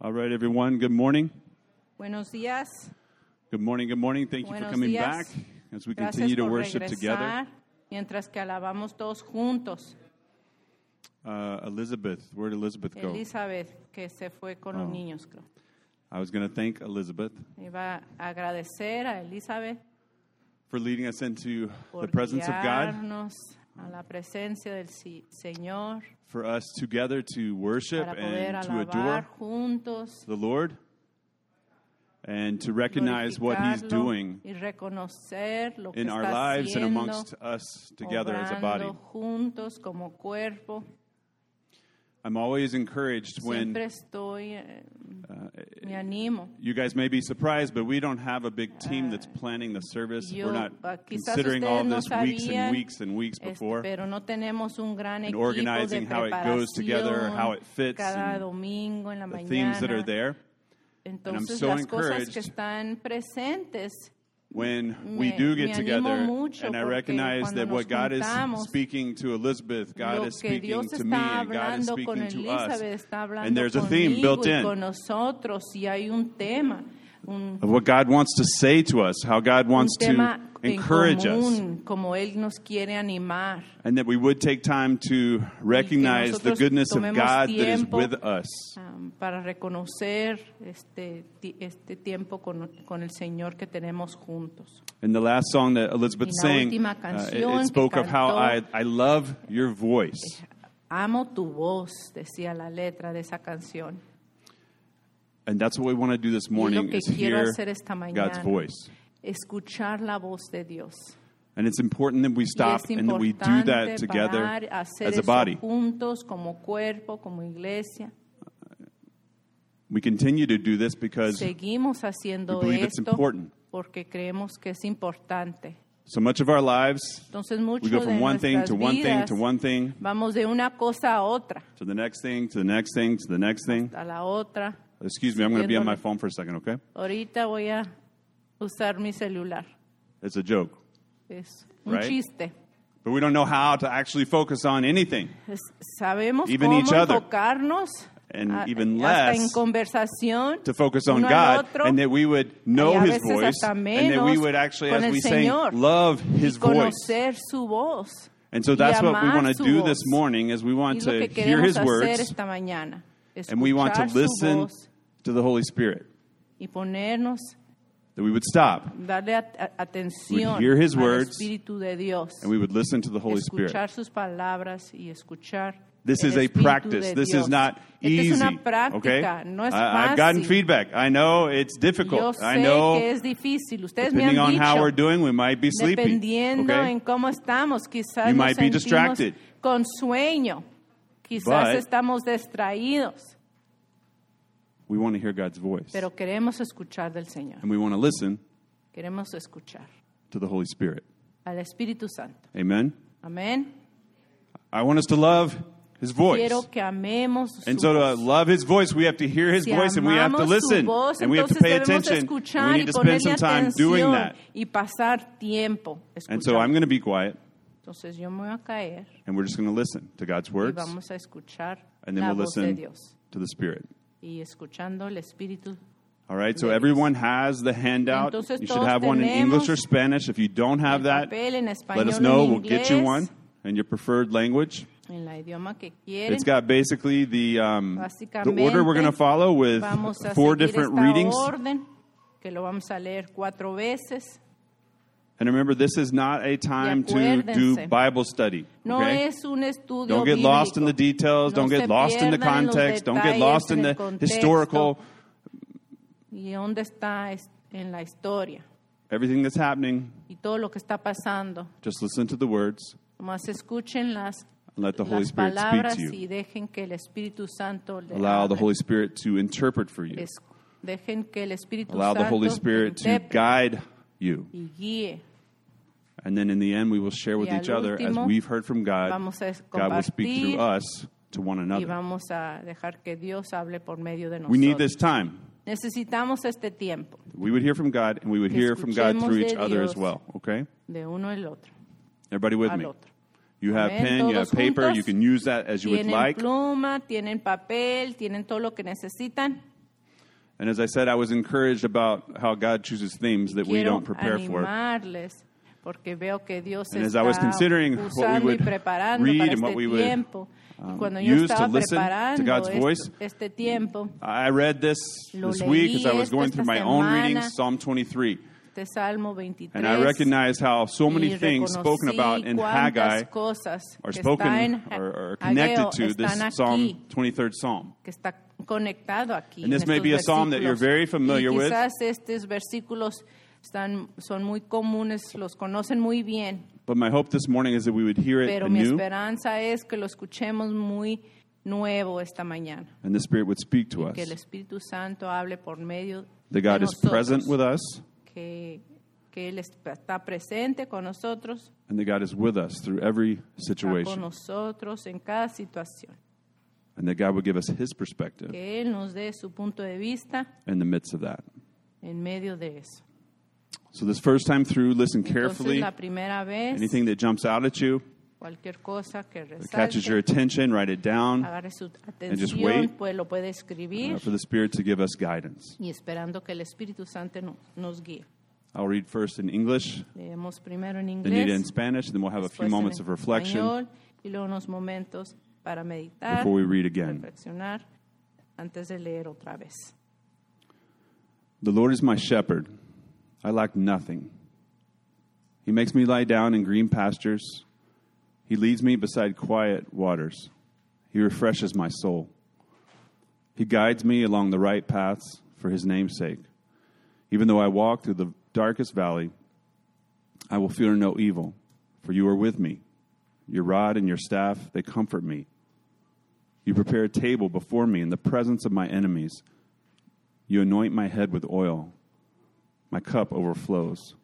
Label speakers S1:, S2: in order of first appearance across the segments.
S1: All right, everyone. Good morning.
S2: Buenos días.
S1: Good morning. Good morning. Thank you for
S2: Buenos
S1: coming
S2: días.
S1: back as we
S2: Gracias
S1: continue to
S2: por
S1: worship
S2: regresar
S1: together.
S2: mientras que alabamos todos juntos.
S1: Uh, Elizabeth, where'd Elizabeth go?
S2: Elizabeth, que se fue con
S1: Oh.
S2: los niños, creo.
S1: I was going to thank Elizabeth
S2: Iba a agradecer a Elizabeth
S1: for leading us into the
S2: por
S1: presence of God,
S2: guiarnos a la presencia del Si- Señor
S1: for us together to worship
S2: para poder
S1: and to
S2: alabar
S1: adore
S2: juntos,
S1: the Lord and to recognize what He's
S2: glorificarlo
S1: doing
S2: y reconocer lo que
S1: in our
S2: está
S1: lives and
S2: haciendo,
S1: amongst us together as a body.
S2: obrando juntos como cuerpo.
S1: I'm always encouraged
S2: Siempre
S1: when uh,
S2: estoy, eh, me animo.
S1: you guys may be surprised, but we don't have a big team that's planning the service.
S2: yo-
S1: We're not
S2: Ah, uh, quizás
S1: considering all
S2: ustedes no
S1: this weeks
S2: sabían,
S1: and weeks and weeks
S2: Este,
S1: before.
S2: pero no tenemos un gran
S1: and
S2: equipo
S1: organizing
S2: de
S1: how it goes together,
S2: preparación
S1: how it fits,
S2: cada
S1: and
S2: domingo en la
S1: the
S2: mañana.
S1: themes that are there.
S2: Entonces
S1: so
S2: las cosas que
S1: encouraged
S2: están presentes
S1: When we
S2: Me-
S1: do
S2: me
S1: get
S2: animo
S1: together,
S2: mucho
S1: and I
S2: porque
S1: recognize
S2: cuando
S1: that what
S2: nos
S1: God is
S2: juntamos,
S1: speaking to Elizabeth, God
S2: lo
S1: is
S2: que
S1: speaking
S2: Dios
S1: to me,
S2: está
S1: and God is
S2: hablando con
S1: speaking to us.
S2: Elizabeth está hablando
S1: And there's a
S2: conmigo
S1: theme built
S2: y
S1: in
S2: con nosotros y hay un tema, un,
S1: of what God wants to say to us, how God
S2: un
S1: wants to
S2: tema en
S1: encourage us,
S2: común, como Él nos quiere animar.
S1: and that we would take time to recognize the
S2: nosotros
S1: goodness of
S2: tomemos
S1: God that is
S2: tiempo
S1: with us.
S2: um, para reconocer este, ti- este tiempo con, con el Señor que tenemos juntos.
S1: And the last song that Elizabeth
S2: Y la
S1: sang,
S2: última
S1: uh, it,
S2: canción
S1: it
S2: que
S1: spoke of how I,
S2: cantó-
S1: I love your voice.
S2: Amo tu voz, decía la letra de esa canción.
S1: And that's what we want to do this
S2: Y lo
S1: morning
S2: que
S1: is
S2: quiero
S1: hear
S2: hacer esta
S1: God's
S2: mañana,
S1: voice.
S2: escuchar la voz de Dios.
S1: And it's important that
S2: Y
S1: we
S2: es
S1: stop and that we do that
S2: importante
S1: together
S2: parar, hacer
S1: as a
S2: eso
S1: body.
S2: juntos, como cuerpo, como iglesia.
S1: We continue to do this because
S2: Seguimos haciendo
S1: we believe it's
S2: esto
S1: important.
S2: porque creemos que es importante.
S1: so much of our lives,
S2: Entonces
S1: we
S2: mucho
S1: go
S2: de
S1: from one thing
S2: nuestras
S1: to one thing
S2: vidas
S1: to one thing
S2: vamos de una cosa a otra,
S1: to the next thing to the next thing to the next thing.
S2: a la otra.
S1: Excuse me, I'm going to be on my
S2: Siguiéndole.
S1: phone for a second, okay?
S2: Ahorita voy a usar mi celular.
S1: It's a joke.
S2: Es un
S1: Right.
S2: chiste.
S1: But we don't know how to actually focus on anything.
S2: Es- sabemos
S1: Even
S2: cómo
S1: each other.
S2: enfocarnos
S1: And
S2: a-
S1: even
S2: hasta
S1: less
S2: en conversación
S1: To focus on
S2: uno al
S1: God
S2: otro
S1: and that we would know
S2: y a
S1: His
S2: veces
S1: voice
S2: hasta
S1: and that we
S2: menos
S1: would actually,
S2: con
S1: as
S2: el
S1: we sing,
S2: Señor.
S1: love His
S2: y
S1: voice.
S2: conocer su voz.
S1: And so
S2: y
S1: that's what we
S2: amar
S1: want to
S2: su
S1: do
S2: voz.
S1: this morning is we
S2: Y
S1: want
S2: es lo
S1: to
S2: que
S1: hear
S2: queremos
S1: his
S2: hacer
S1: words
S2: esta mañana.
S1: and we want to
S2: escuchar su
S1: listen
S2: voz
S1: to the Holy Spirit.
S2: y ponernos,
S1: That we would stop
S2: darle at- a- atención
S1: hear his
S2: al
S1: words
S2: Espíritu de Dios.
S1: and we would listen to the Holy
S2: escuchar
S1: Spirit.
S2: sus palabras y escuchar
S1: This
S2: el
S1: is a
S2: Espíritu
S1: practice.
S2: de
S1: This
S2: Dios.
S1: is not
S2: Esta
S1: easy.
S2: es una práctica,
S1: okay?
S2: no es
S1: I, I've gotten
S2: fácil.
S1: feedback. I know it's
S2: Yo
S1: difficult.
S2: sé
S1: I know
S2: que es difícil. Ustedes me han
S1: depending on
S2: dicho,
S1: how we're doing, we might be sleepy.
S2: dependiendo en
S1: Okay?
S2: cómo estamos, quizás
S1: You
S2: nos
S1: might be
S2: sentimos
S1: distracted.
S2: con sueño, quizás
S1: But-
S2: estamos distraídos,
S1: We want to hear God's voice
S2: pero queremos escuchar del Señor,
S1: and we want to listen
S2: queremos escuchar
S1: to the Holy Spirit.
S2: al Espíritu Santo.
S1: Amen.
S2: Amén.
S1: I want us to love his voice.
S2: Quiero que amemos su
S1: And so to
S2: voz.
S1: love his voice, we have to hear his
S2: Si
S1: voice and we have to
S2: amamos su
S1: listen
S2: voz,
S1: and we have to
S2: entonces
S1: pay
S2: debemos
S1: attention. And
S2: escuchar
S1: we
S2: y
S1: need to spend some
S2: ponerle
S1: time doing
S2: atención
S1: that.
S2: Y pasar tiempo
S1: And so
S2: escuchando.
S1: I'm going to be quiet
S2: Entonces yo me voy a caer
S1: and we're just going to listen to God's
S2: y
S1: words
S2: vamos a escuchar
S1: and then
S2: la
S1: we'll
S2: voz de
S1: listen
S2: Dios.
S1: to the Spirit.
S2: Y escuchando el Espíritu.
S1: All right, so
S2: Yes.
S1: everyone has the handout.
S2: Entonces
S1: you should
S2: todos
S1: have one in
S2: tenemos
S1: English or Spanish. If you don't have
S2: el
S1: that,
S2: papel en
S1: let
S2: español
S1: us
S2: o
S1: know.
S2: en
S1: We'll get you
S2: inglés,
S1: one in your preferred language.
S2: En la idioma que quieren.
S1: It's got basically the, um, the order we're going to
S2: Básicamente,
S1: follow with
S2: Vamos a
S1: four
S2: seguir
S1: different
S2: esta
S1: readings.
S2: orden que lo vamos a leer cuatro veces.
S1: And remember, this is not a time to do
S2: acuérdense.
S1: Bible study.
S2: No
S1: okay?
S2: es un estudio
S1: Don't get lost in the
S2: bíblico.
S1: details.
S2: No
S1: Don't
S2: se
S1: get lost in the
S2: pierdan en los
S1: context. Don't get
S2: detalles,
S1: lost in
S2: en
S1: the
S2: el contexto.
S1: historical,
S2: ¿Y dónde está es- en la historia?
S1: everything that's happening.
S2: Y todo lo que está pasando.
S1: Just listen to the words
S2: Nomás escuchen las,
S1: and let the Holy
S2: las
S1: Spirit speak
S2: palabras
S1: to you.
S2: y dejen que el Espíritu Santo le
S1: Allow the
S2: hable.
S1: Holy Spirit to interpret for you.
S2: Es- dejen que el Espíritu
S1: Allow
S2: Santo
S1: the Holy Spirit to
S2: interprete
S1: guide you.
S2: y guíe.
S1: And then in the end, we will share with
S2: Y al
S1: each other as
S2: último,
S1: we've heard from God.
S2: vamos a
S1: God will speak through
S2: compartir
S1: us to one
S2: Y
S1: another.
S2: vamos a dejar que Dios hable por medio de
S1: We
S2: nosotros.
S1: need this time.
S2: Necesitamos este tiempo
S1: We would hear from God, and we would
S2: Que
S1: hear from God
S2: escuchemos
S1: through
S2: de
S1: each other as
S2: Dios.
S1: well. Okay?
S2: de uno al otro.
S1: Everybody with
S2: al
S1: me?
S2: otro.
S1: You have
S2: Amén.
S1: pen, you have
S2: Todos
S1: paper,
S2: juntos.
S1: you can use that as you would
S2: Tienen
S1: like.
S2: pluma, tienen papel, tienen todo lo que necesitan.
S1: And as I said, I was encouraged about how God chooses themes that we
S2: Quiero
S1: don't prepare for.
S2: animarles porque veo que Dios
S1: And as
S2: está
S1: I was considering what we
S2: usando y
S1: would
S2: preparando
S1: read
S2: para
S1: and what
S2: este
S1: we would,
S2: tiempo. Y
S1: um,
S2: cuando yo
S1: use to
S2: estaba
S1: listen to
S2: preparando
S1: God's
S2: esto-
S1: voice,
S2: este tiempo,
S1: I read this
S2: Lo
S1: this week as I
S2: leí
S1: was going
S2: esto
S1: through
S2: esta
S1: my own
S2: semana.
S1: readings, Psalm 23.
S2: este Salmo 23,
S1: And I recognized how so many
S2: y
S1: things spoken
S2: reconocí
S1: about in
S2: cuántas
S1: Haggai
S2: cosas
S1: are
S2: que está en
S1: spoken
S2: Ha-
S1: or are
S2: Ageo
S1: connected to this
S2: están
S1: Psalm
S2: aquí,
S1: 23rd Psalm.
S2: que está conectado aquí.
S1: And this
S2: en
S1: may
S2: estos
S1: be a psalm that
S2: versículos.
S1: you're very familiar
S2: y
S1: with.
S2: quizás estos versículos están, son muy comunes, los conocen muy bien,
S1: But my hope this morning is that we would hear it
S2: pero mi
S1: anew
S2: esperanza es que lo escuchemos muy nuevo esta mañana,
S1: and the Spirit would speak to us.
S2: que el Espíritu Santo hable por medio
S1: That
S2: de
S1: God is
S2: nosotros,
S1: present with us
S2: que, que Él es- está presente con nosotros,
S1: and that God is with us through every
S2: está con
S1: situation.
S2: nosotros en cada situación,
S1: And that God would give us His perspective
S2: que Él nos dé su punto de vista
S1: in the midst of that.
S2: en medio de eso.
S1: So, this first time through, listen
S2: Entonces
S1: carefully.
S2: la primera vez,
S1: Anything that jumps out at you,
S2: cualquier cosa que
S1: that catches your
S2: resalte,
S1: attention, write it down
S2: agarre su
S1: just
S2: atención,
S1: wait.
S2: pues lo puede
S1: uh,
S2: escribir
S1: for the Spirit to give us guidance.
S2: y esperando que el Espíritu Santo no- nos guíe.
S1: I'll read first in English,
S2: Leemos primero en
S1: then read it in
S2: inglés,
S1: Spanish, then we'll have a few
S2: después en
S1: moments of reflection
S2: español y luego unos momentos para meditar,
S1: before we read again.
S2: reflexionar antes de leer otra vez.
S1: The Lord is my shepherd. I lack nothing. He makes me lie down in green pastures. He leads me beside quiet waters. He refreshes my soul. He guides me along the right paths for his name's sake. Even though I walk through the darkest valley, I will fear no evil, for you are with me. Your rod and your staff, they comfort me. You prepare a table before me in the presence of my enemies. You anoint my head with oil. My cup overflows.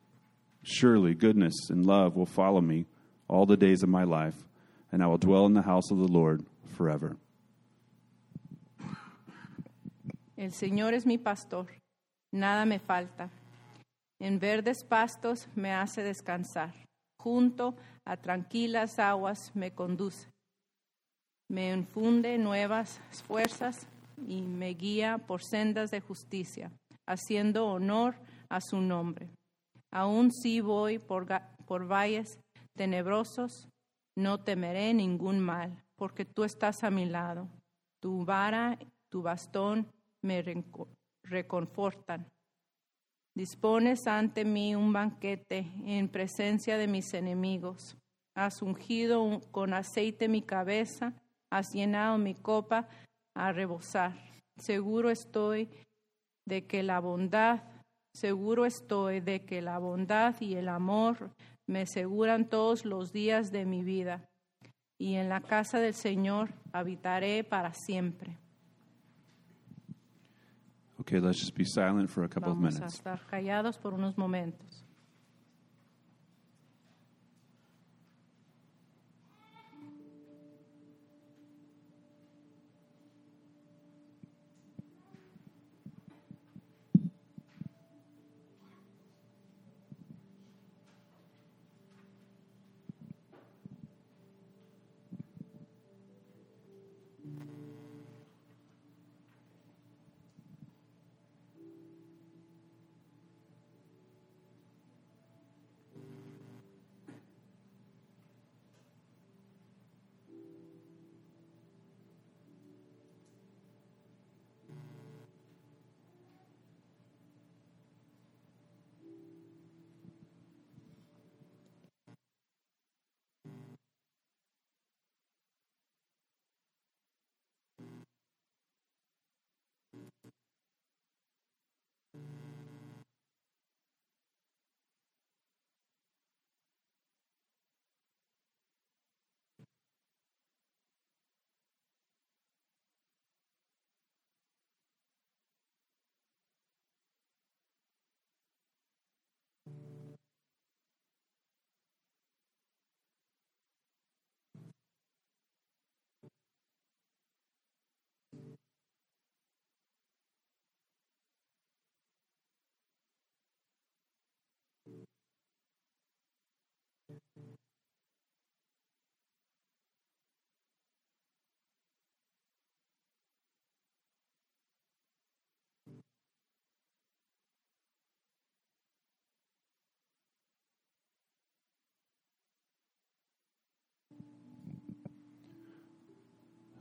S1: Surely goodness and love will follow me all the days of my life, and I will dwell in the house of the Lord forever.
S2: El Señor es mi pastor, nada me falta. En verdes pastos me hace descansar, junto a tranquilas aguas me conduce. Me infunde nuevas fuerzas y me guía por sendas de justicia, haciendo honor a su nombre. Aún si voy por, ga- por valles tenebrosos, no temeré ningún mal, porque tú estás a mi lado. Tu vara, tu bastón me renco- reconfortan. Dispones ante mí un banquete en presencia de mis enemigos. Has ungido un- con aceite mi cabeza, has llenado mi copa a rebosar. Seguro estoy de que la bondad, seguro estoy de que la bondad y el amor me aseguran todos los días de mi vida. Y en la casa del Señor habitaré para siempre.
S1: Okay, let's just be silent for a couple of
S2: Vamos a
S1: minutes.
S2: estar callados por unos momentos.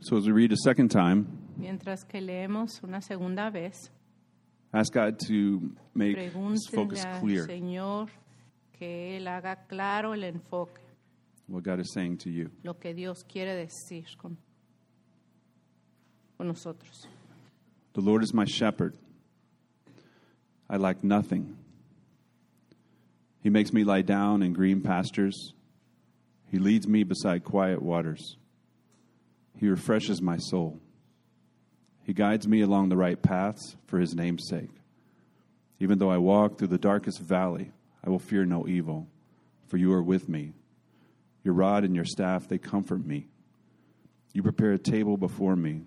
S1: So as we read a second time,
S2: Mientras que leemos una segunda vez,
S1: ask God to make his
S2: pregúntenle
S1: focus
S2: al
S1: clear
S2: Señor que Él haga claro el enfoque,
S1: what God is saying to you.
S2: lo que Dios quiere decir con, con nosotros.
S1: The Lord is my shepherd. I lack nothing. He makes me lie down in green pastures. He leads me beside quiet waters. He refreshes my soul. He guides me along the right paths for his name's sake. Even though I walk through the darkest valley, I will fear no evil, for you are with me. Your rod and your staff, they comfort me. You prepare a table before me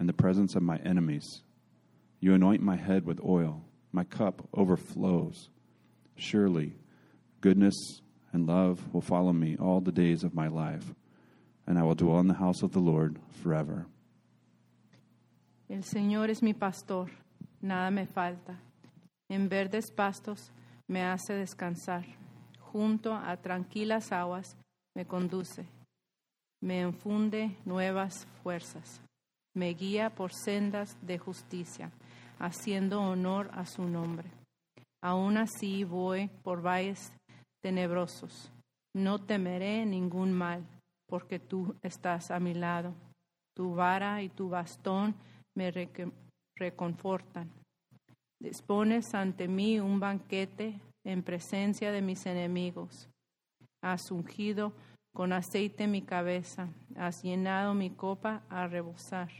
S1: in the presence of my enemies. You anoint my head with oil. My cup overflows. Surely, goodness and love will follow me all the days of my life, and I will dwell in the house of the Lord forever.
S2: El Señor es mi pastor, nada me falta. En verdes pastos me hace descansar. Junto a tranquilas aguas me conduce. Me infunde nuevas fuerzas. Me guía por sendas de justicia, haciendo honor a su nombre. Aún así voy por valles tenebrosos. No temeré ningún mal, porque tú estás a mi lado. Tu vara y tu bastón me reque- reconfortan. Dispones ante mí un banquete en presencia de mis enemigos. Has ungido con aceite mi cabeza, has llenado mi copa a rebosar.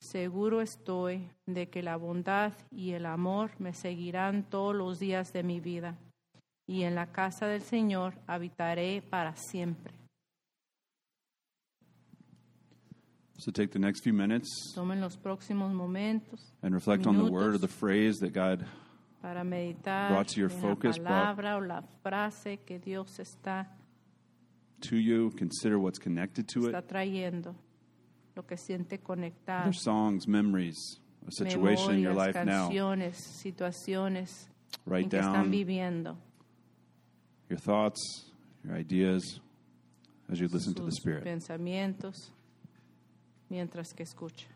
S2: Seguro estoy de que la bondad y el amor me seguirán todos los días de mi vida, y en la casa del Señor habitaré para siempre.
S1: So take the next few minutes
S2: Tomen los próximos momentos
S1: and reflect on the word or the phrase that God
S2: para meditar
S1: Brought to your
S2: en
S1: focus,
S2: la
S1: brought-
S2: palabra o la frase que Dios está,
S1: to you, consider what's connected to
S2: está
S1: it.
S2: trayendo, lo que siente conectado,
S1: There's songs, memories, a situation in your
S2: memorias,
S1: life now.
S2: canciones, situaciones
S1: Write
S2: en que están
S1: down
S2: viviendo,
S1: your thoughts, your ideas as you listen to the
S2: sus
S1: Spirit.
S2: pensamientos, mientras que escucha.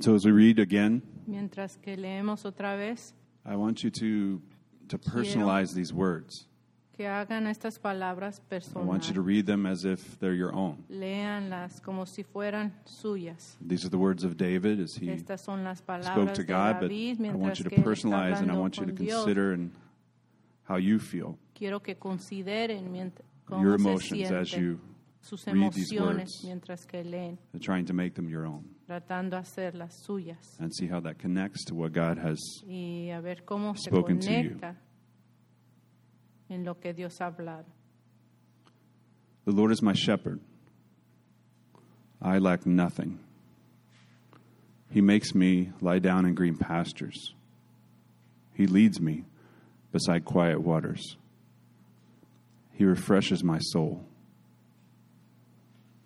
S1: So as we read again,
S2: Mientras que leemos otra vez,
S1: I want you to to personalize these words.
S2: que hagan estas palabras
S1: I want you to
S2: personales.
S1: read them as if they're your own.
S2: Leanlas como si fueran suyas.
S1: These are the words of David as he
S2: Estas son las
S1: spoke
S2: palabras
S1: to
S2: de
S1: God, but
S2: David
S1: I want
S2: mientras
S1: you to
S2: que él está
S1: personalize and I
S2: hablando
S1: want you to
S2: con Dios.
S1: consider and how you feel
S2: Quiero que consideren mient- cómo
S1: your
S2: se
S1: emotions as
S2: sienten
S1: you
S2: sus
S1: read these
S2: emociones
S1: words.
S2: mientras que leen,
S1: are trying to make them your own
S2: tratando de hacerlas suyas
S1: and see how that connects to what God has.
S2: y a ver cómo se
S1: Spoken to you.
S2: conecta en lo que Dios ha hablado.
S1: The Lord is my shepherd. I lack nothing. He makes me lie down in green pastures. He leads me beside quiet waters. He refreshes my soul.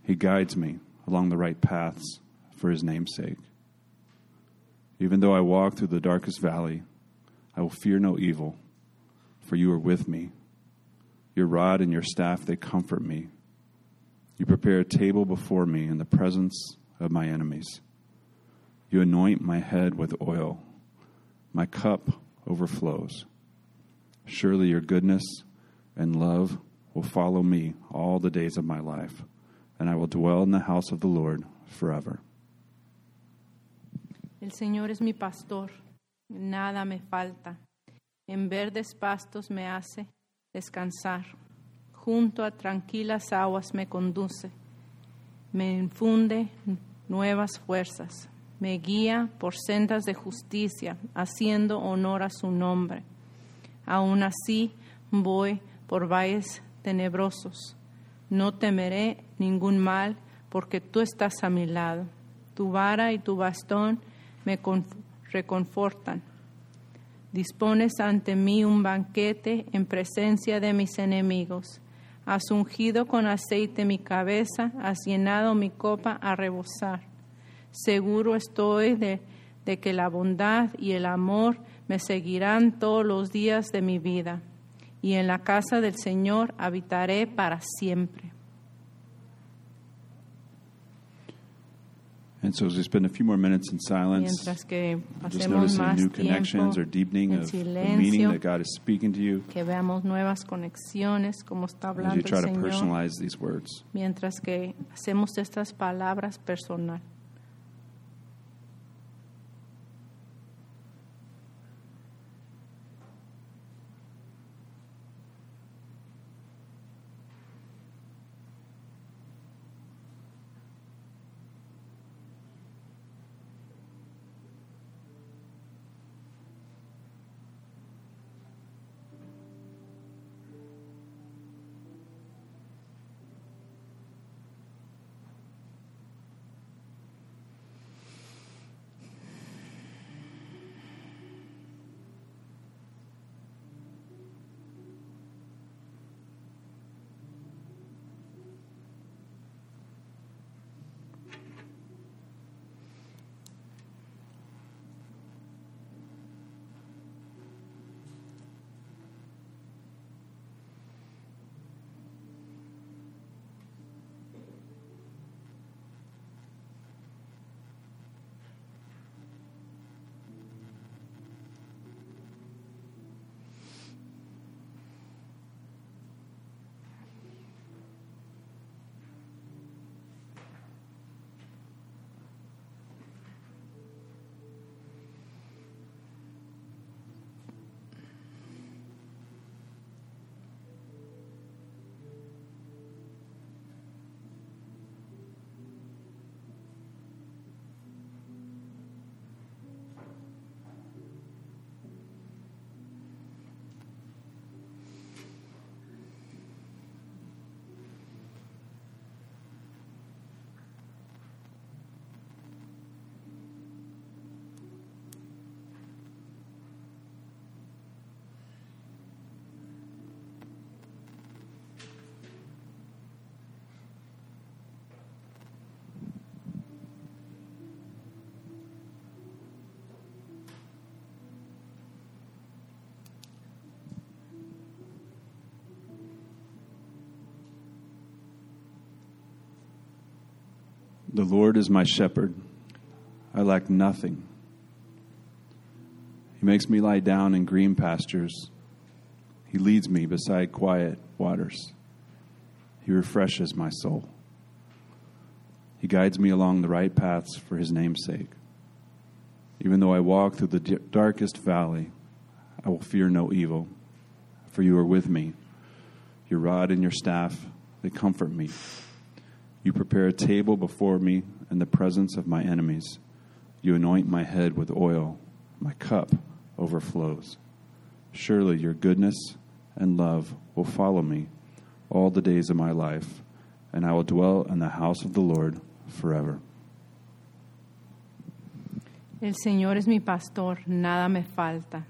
S1: He guides me along the right paths for his name's sake. Even though I walk through the darkest valley, I will fear no evil, for you are with me. Your rod and your staff, they comfort me. You prepare a table before me in the presence of my enemies. You anoint my head with oil. My cup overflows. Surely your goodness and love will follow me all the days of my life, and I will dwell in the house of the Lord forever.
S2: El Señor es mi pastor, nada me falta. En verdes pastos me hace descansar. Junto a tranquilas aguas me conduce. Me infunde nuevas fuerzas. Me guía por sendas de justicia, haciendo honor a su nombre. Aún así voy por valles tenebrosos. No temeré ningún mal, porque tú estás a mi lado. Tu vara y tu bastón me con- reconfortan. Dispones ante mí un banquete en presencia de mis enemigos. Has ungido con aceite mi cabeza, has llenado mi copa a rebosar. Seguro estoy de, de que la bondad y el amor me seguirán todos los días de mi vida, y en la casa del Señor habitaré para siempre.
S1: And so, as we spend a few more minutes in silence,
S2: Mientras que
S1: just
S2: pasemos
S1: noticing
S2: más
S1: new
S2: tiempo
S1: connections or deepening
S2: en
S1: of the meaning
S2: silencio,
S1: that God is speaking to you
S2: que veamos nuevas conexiones, como está
S1: as you
S2: hablando
S1: try
S2: el
S1: to
S2: Señor.
S1: personalize these words.
S2: mientras que hacemos estas palabras personal.
S1: The Lord is my shepherd. I lack nothing. He makes me lie down in green pastures. He leads me beside quiet waters. He refreshes my soul. He guides me along the right paths for his name's sake. Even though I walk through the d- darkest valley, I will fear no evil, for you are with me. Your rod and your staff, they comfort me. You prepare a table before me in the presence of my enemies. You anoint my head with oil, my cup overflows. Surely your goodness and love will follow me all the days of my life, and I will dwell in the house of the Lord forever.
S2: El Señor es mi pastor, nada me falta.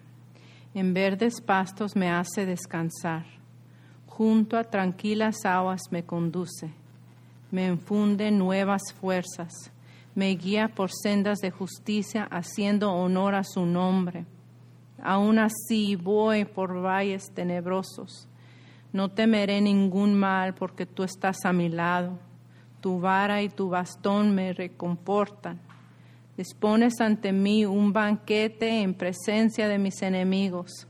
S2: En verdes pastos me hace descansar. Junto a tranquilas aguas me conduce. Me infunde nuevas fuerzas. Me guía por sendas de justicia, haciendo honor a su nombre. Aún así voy por valles tenebrosos. No temeré ningún mal porque tú estás a mi lado. Tu vara y tu bastón me reconfortan. Dispones ante mí un banquete en presencia de mis enemigos.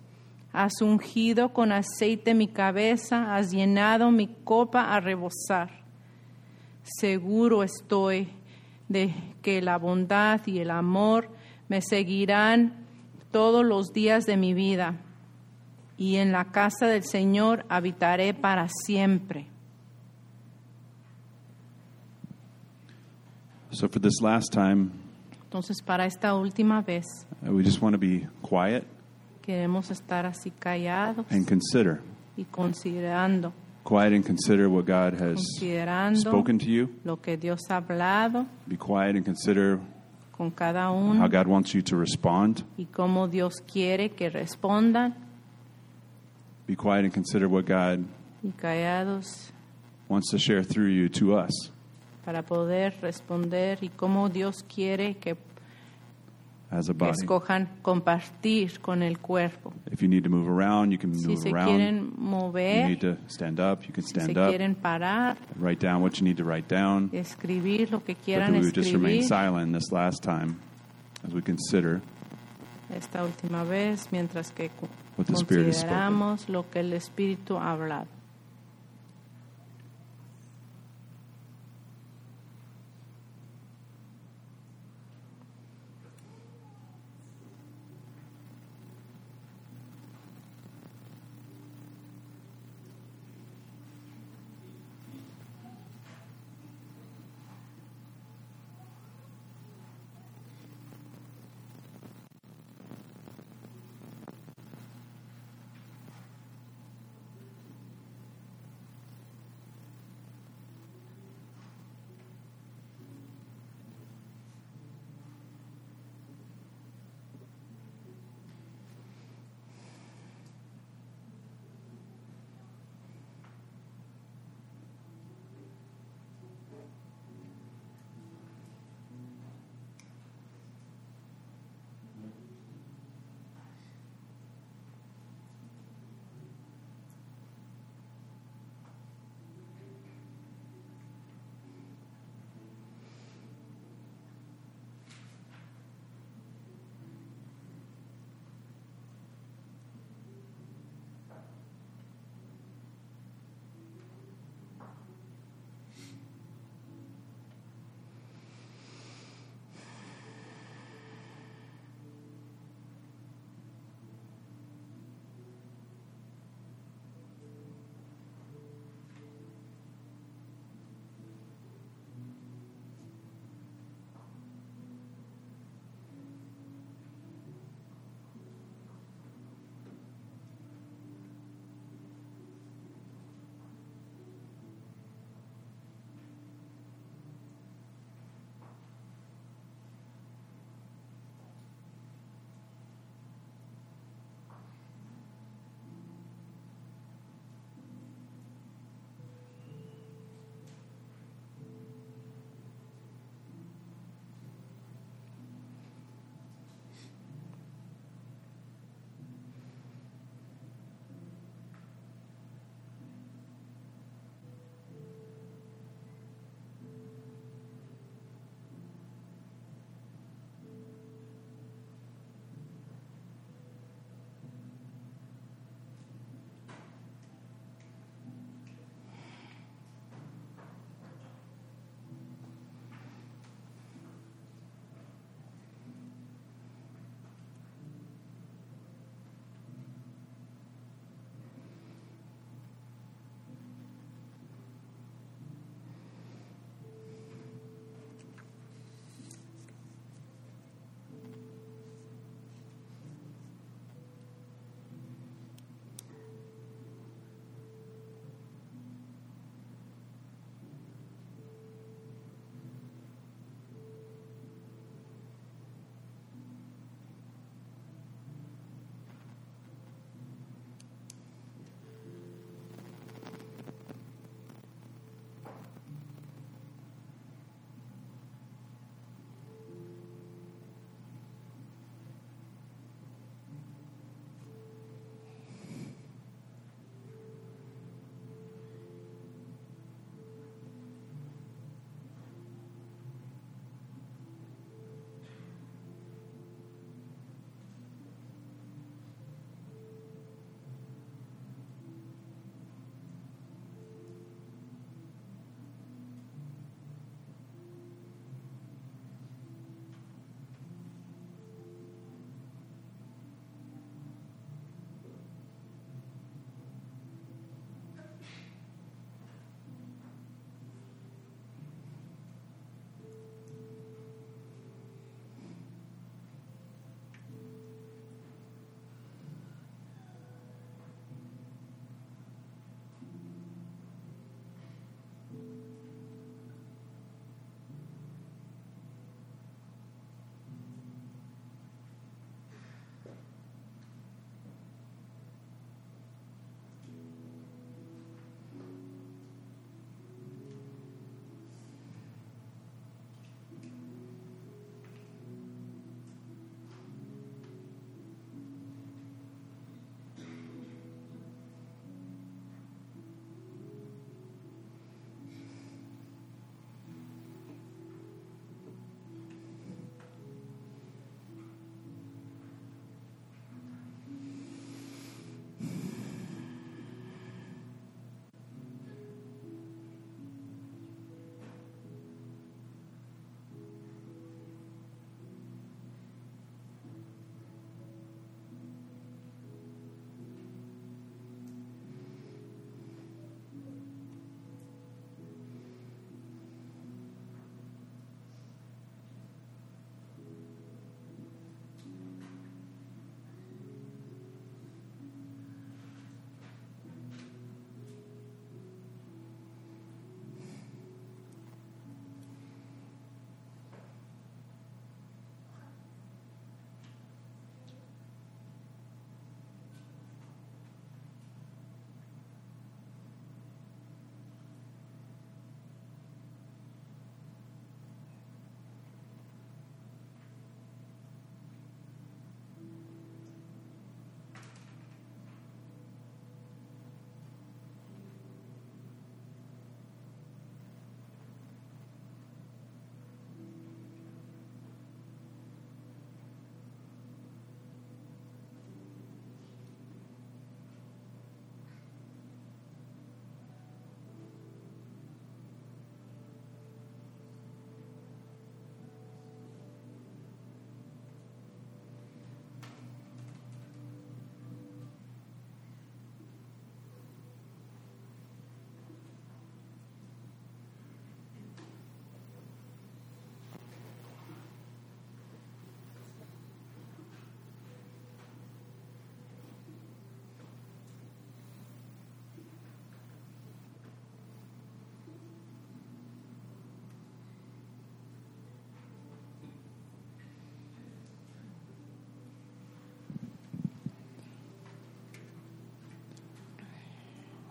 S2: Has ungido con aceite mi cabeza, has llenado mi copa a rebosar. Seguro estoy de que la bondad y el amor me seguirán todos los días de mi vida, y en la casa del Señor habitaré para siempre.
S1: So, for this last time,
S2: Entonces, para esta última vez,
S1: uh, we just want to be quiet
S2: queremos estar así callados
S1: and consider.
S2: y considerando,
S1: Quiet and consider what God has
S2: considerando
S1: spoken to you.
S2: lo que Dios ha hablado
S1: Be quiet and consider
S2: con cada
S1: how
S2: uno
S1: God wants you to respond.
S2: y cómo Dios quiere que respondan
S1: Be quiet and consider what God
S2: y callados
S1: wants to share through you to us
S2: para poder responder y cómo Dios quiere que
S1: as a
S2: que
S1: body.
S2: escojan compartir con el cuerpo.
S1: If you need to move around, you can
S2: Si
S1: move
S2: se
S1: around.
S2: quieren
S1: You
S2: mover,
S1: need to stand up, you can
S2: si se
S1: stand up.
S2: quieren parar,
S1: Write down what you need to write down.
S2: escribir lo que
S1: But
S2: quieran
S1: we would just remain
S2: escribir.
S1: silent this last time as we consider
S2: Esta última vez, mientras que cu-
S1: What the Spirit has spoken.
S2: consideramos lo que el Espíritu ha hablado.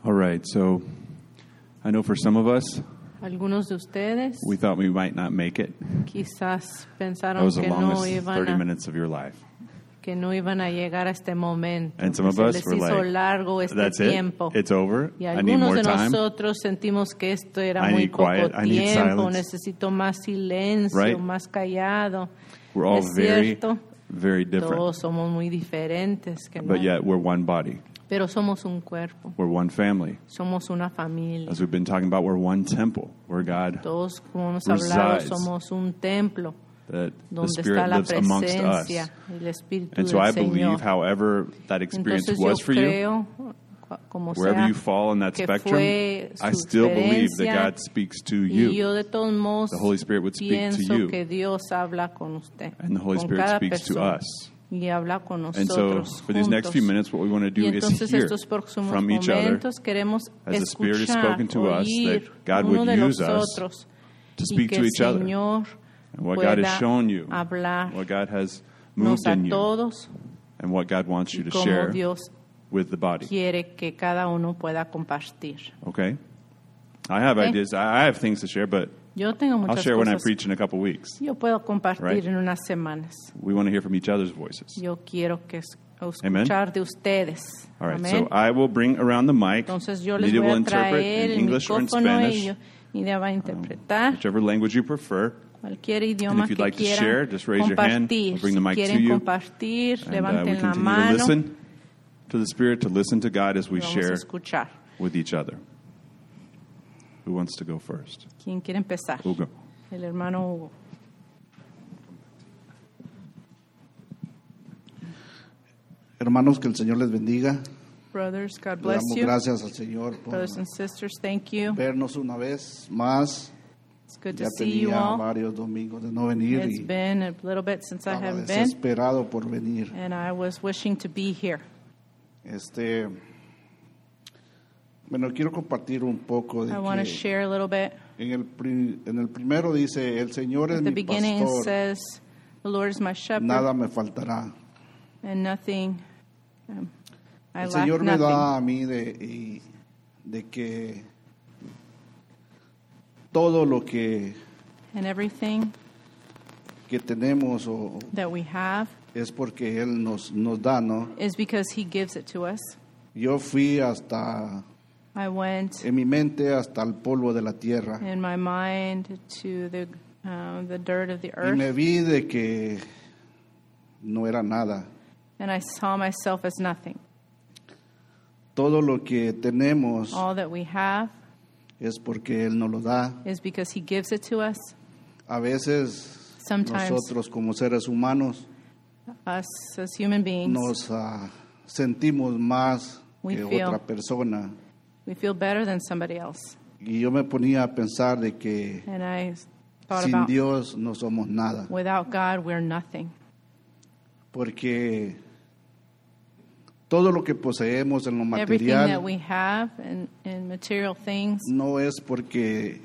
S1: right. So I know for some of us,
S2: Algunos de ustedes
S1: we thought we might not make it.
S2: quizás
S1: That
S2: pensaron
S1: was the
S2: que no,
S1: longest
S2: iban
S1: 30
S2: a,
S1: minutes of your life.
S2: que no iban a llegar a este momento.
S1: And some of
S2: Se
S1: us
S2: les
S1: were
S2: hizo
S1: like,
S2: largo este
S1: That's it.
S2: tiempo.
S1: It's over.
S2: Y
S1: I need
S2: algunos
S1: more
S2: de
S1: time.
S2: nosotros sentimos que esto
S1: I
S2: era muy
S1: need
S2: poco
S1: quiet, I need
S2: tiempo,
S1: silence.
S2: necesito más silencio,
S1: Right?
S2: más callado.
S1: We're all
S2: es
S1: very,
S2: cierto,
S1: very different.
S2: todos somos muy diferentes, que
S1: But
S2: no-
S1: yet we're one body.
S2: pero somos un cuerpo,
S1: We're one family.
S2: somos una familia.
S1: As we've been talking about, we're one temple. We're God.
S2: Todos, como hemos hablado,
S1: resides.
S2: somos un templo
S1: That the
S2: donde está
S1: Spirit
S2: la
S1: lives amongst us.
S2: presencia y el Espíritu
S1: And so
S2: del
S1: I
S2: Señor.
S1: believe, however, that experience
S2: Entonces
S1: was
S2: yo
S1: for you,
S2: creo, cu- como
S1: wherever
S2: sea,
S1: you fall on that
S2: que
S1: spectrum,
S2: fue
S1: I
S2: su
S1: still believe that
S2: experiencia,
S1: God speaks to
S2: Y
S1: you.
S2: yo de todos modos
S1: The Holy Spirit would speak to
S2: pienso
S1: you.
S2: que Dios habla con usted,
S1: And the Holy
S2: con
S1: Spirit
S2: cada
S1: speaks to
S2: persona
S1: us.
S2: y habla con
S1: And so,
S2: nosotros
S1: for these next few
S2: juntos.
S1: minutes, what we want to
S2: y
S1: do is
S2: entonces
S1: hear
S2: estos próximos
S1: from each other
S2: momentos queremos
S1: as the Spirit has
S2: escuchar,
S1: spoken to us,
S2: oír
S1: that God
S2: uno
S1: would
S2: de
S1: use us
S2: nosotros
S1: to
S2: y
S1: speak
S2: que
S1: to
S2: el
S1: each other
S2: Señor
S1: and what
S2: pueda
S1: God has shown you,
S2: hablar
S1: what God has
S2: ah, nos
S1: moved
S2: a
S1: in you,
S2: todos
S1: and what God wants you to
S2: como
S1: share
S2: Dios
S1: with the body.
S2: quiere que cada uno pueda compartir.
S1: Okay? I have
S2: Okay.
S1: ideas. I I have things to share, but
S2: Yo tengo
S1: I'll
S2: muchas
S1: share when I
S2: cosas.
S1: preach in a couple weeks.
S2: Yo puedo compartir
S1: Right?
S2: en unas semanas.
S1: We want to hear from each other's voices.
S2: Yo quiero que es-
S1: Amen.
S2: escuchar de ustedes.
S1: All right,
S2: Amén.
S1: so I will bring around the mic.
S2: Entonces yo les
S1: Lydia
S2: voy
S1: will
S2: a
S1: interpret
S2: traer
S1: in
S2: el
S1: English or in
S2: micrófono y
S1: Spanish,
S2: yo- y ella va a interpretar
S1: whichever language you prefer.
S2: cualquier
S1: And
S2: idioma
S1: if you'd
S2: que
S1: like to
S2: quieran
S1: share, just raise your hand.
S2: compartir.
S1: We'll bring the mic
S2: si
S1: to
S2: quieren
S1: you.
S2: compartir,
S1: And uh, we
S2: levanten la
S1: continue to
S2: mano
S1: listen to the Spirit, to listen to God as
S2: y
S1: we
S2: vamos a
S1: share
S2: escuchar.
S1: with each other. Who wants to go first?
S2: ¿Quién quiere empezar?
S1: Hugo.
S2: El hermano Hugo.
S3: Hermanos, que el Señor les bendiga.
S2: Brothers, God
S3: Le
S2: bless
S3: damos
S2: you.
S3: gracias al Señor por
S2: Brothers and sisters, thank you.
S3: vernos una vez más.
S2: It's good to
S3: Ya
S2: see you
S3: tenía
S2: all.
S3: varios domingos de no venir
S2: It's
S3: y
S2: been a little bit since I
S3: estaba
S2: haven't been,
S3: desesperado por venir.
S2: and I was wishing to be here.
S3: Este, bueno, quiero compartir un poco de
S2: I want to
S3: que
S2: share a little bit.
S3: en el, pri- en el primero dice, el Señor es
S2: At the
S3: mi
S2: beginning, it
S3: pastor,
S2: says, The Lord is my shepherd,
S3: nada me faltará.
S2: and nothing. Um, I
S3: El
S2: lack
S3: Señor me
S2: nothing.
S3: da a mí de, y- de que todo lo que,
S2: And everything
S3: que tenemos o
S2: that we have
S3: es porque Él nos, nos da, ¿no?
S2: is because He gives it to us.
S3: Yo fui hasta,
S2: I went
S3: en mi mente, hasta el polvo de la tierra.
S2: in my mind to the, um, the dirt of the
S3: Y me
S2: earth,
S3: vi de que no era nada.
S2: and I saw myself as nothing.
S3: Todo lo que tenemos
S2: All that we have
S3: es porque Él nos lo da.
S2: is because He gives it to us.
S3: A veces
S2: Sometimes.
S3: nosotros como seres humanos
S2: Us as human beings,
S3: nos ah, sentimos más
S2: We
S3: que
S2: feel.
S3: otra persona.
S2: we feel better than somebody else.
S3: Y yo me ponía a pensar de que
S2: And I thought
S3: sin
S2: about
S3: Dios no somos nada.
S2: without God, we're nothing.
S3: porque todo lo que poseemos en lo
S2: Everything that
S3: material
S2: we have and, and material things,
S3: no es porque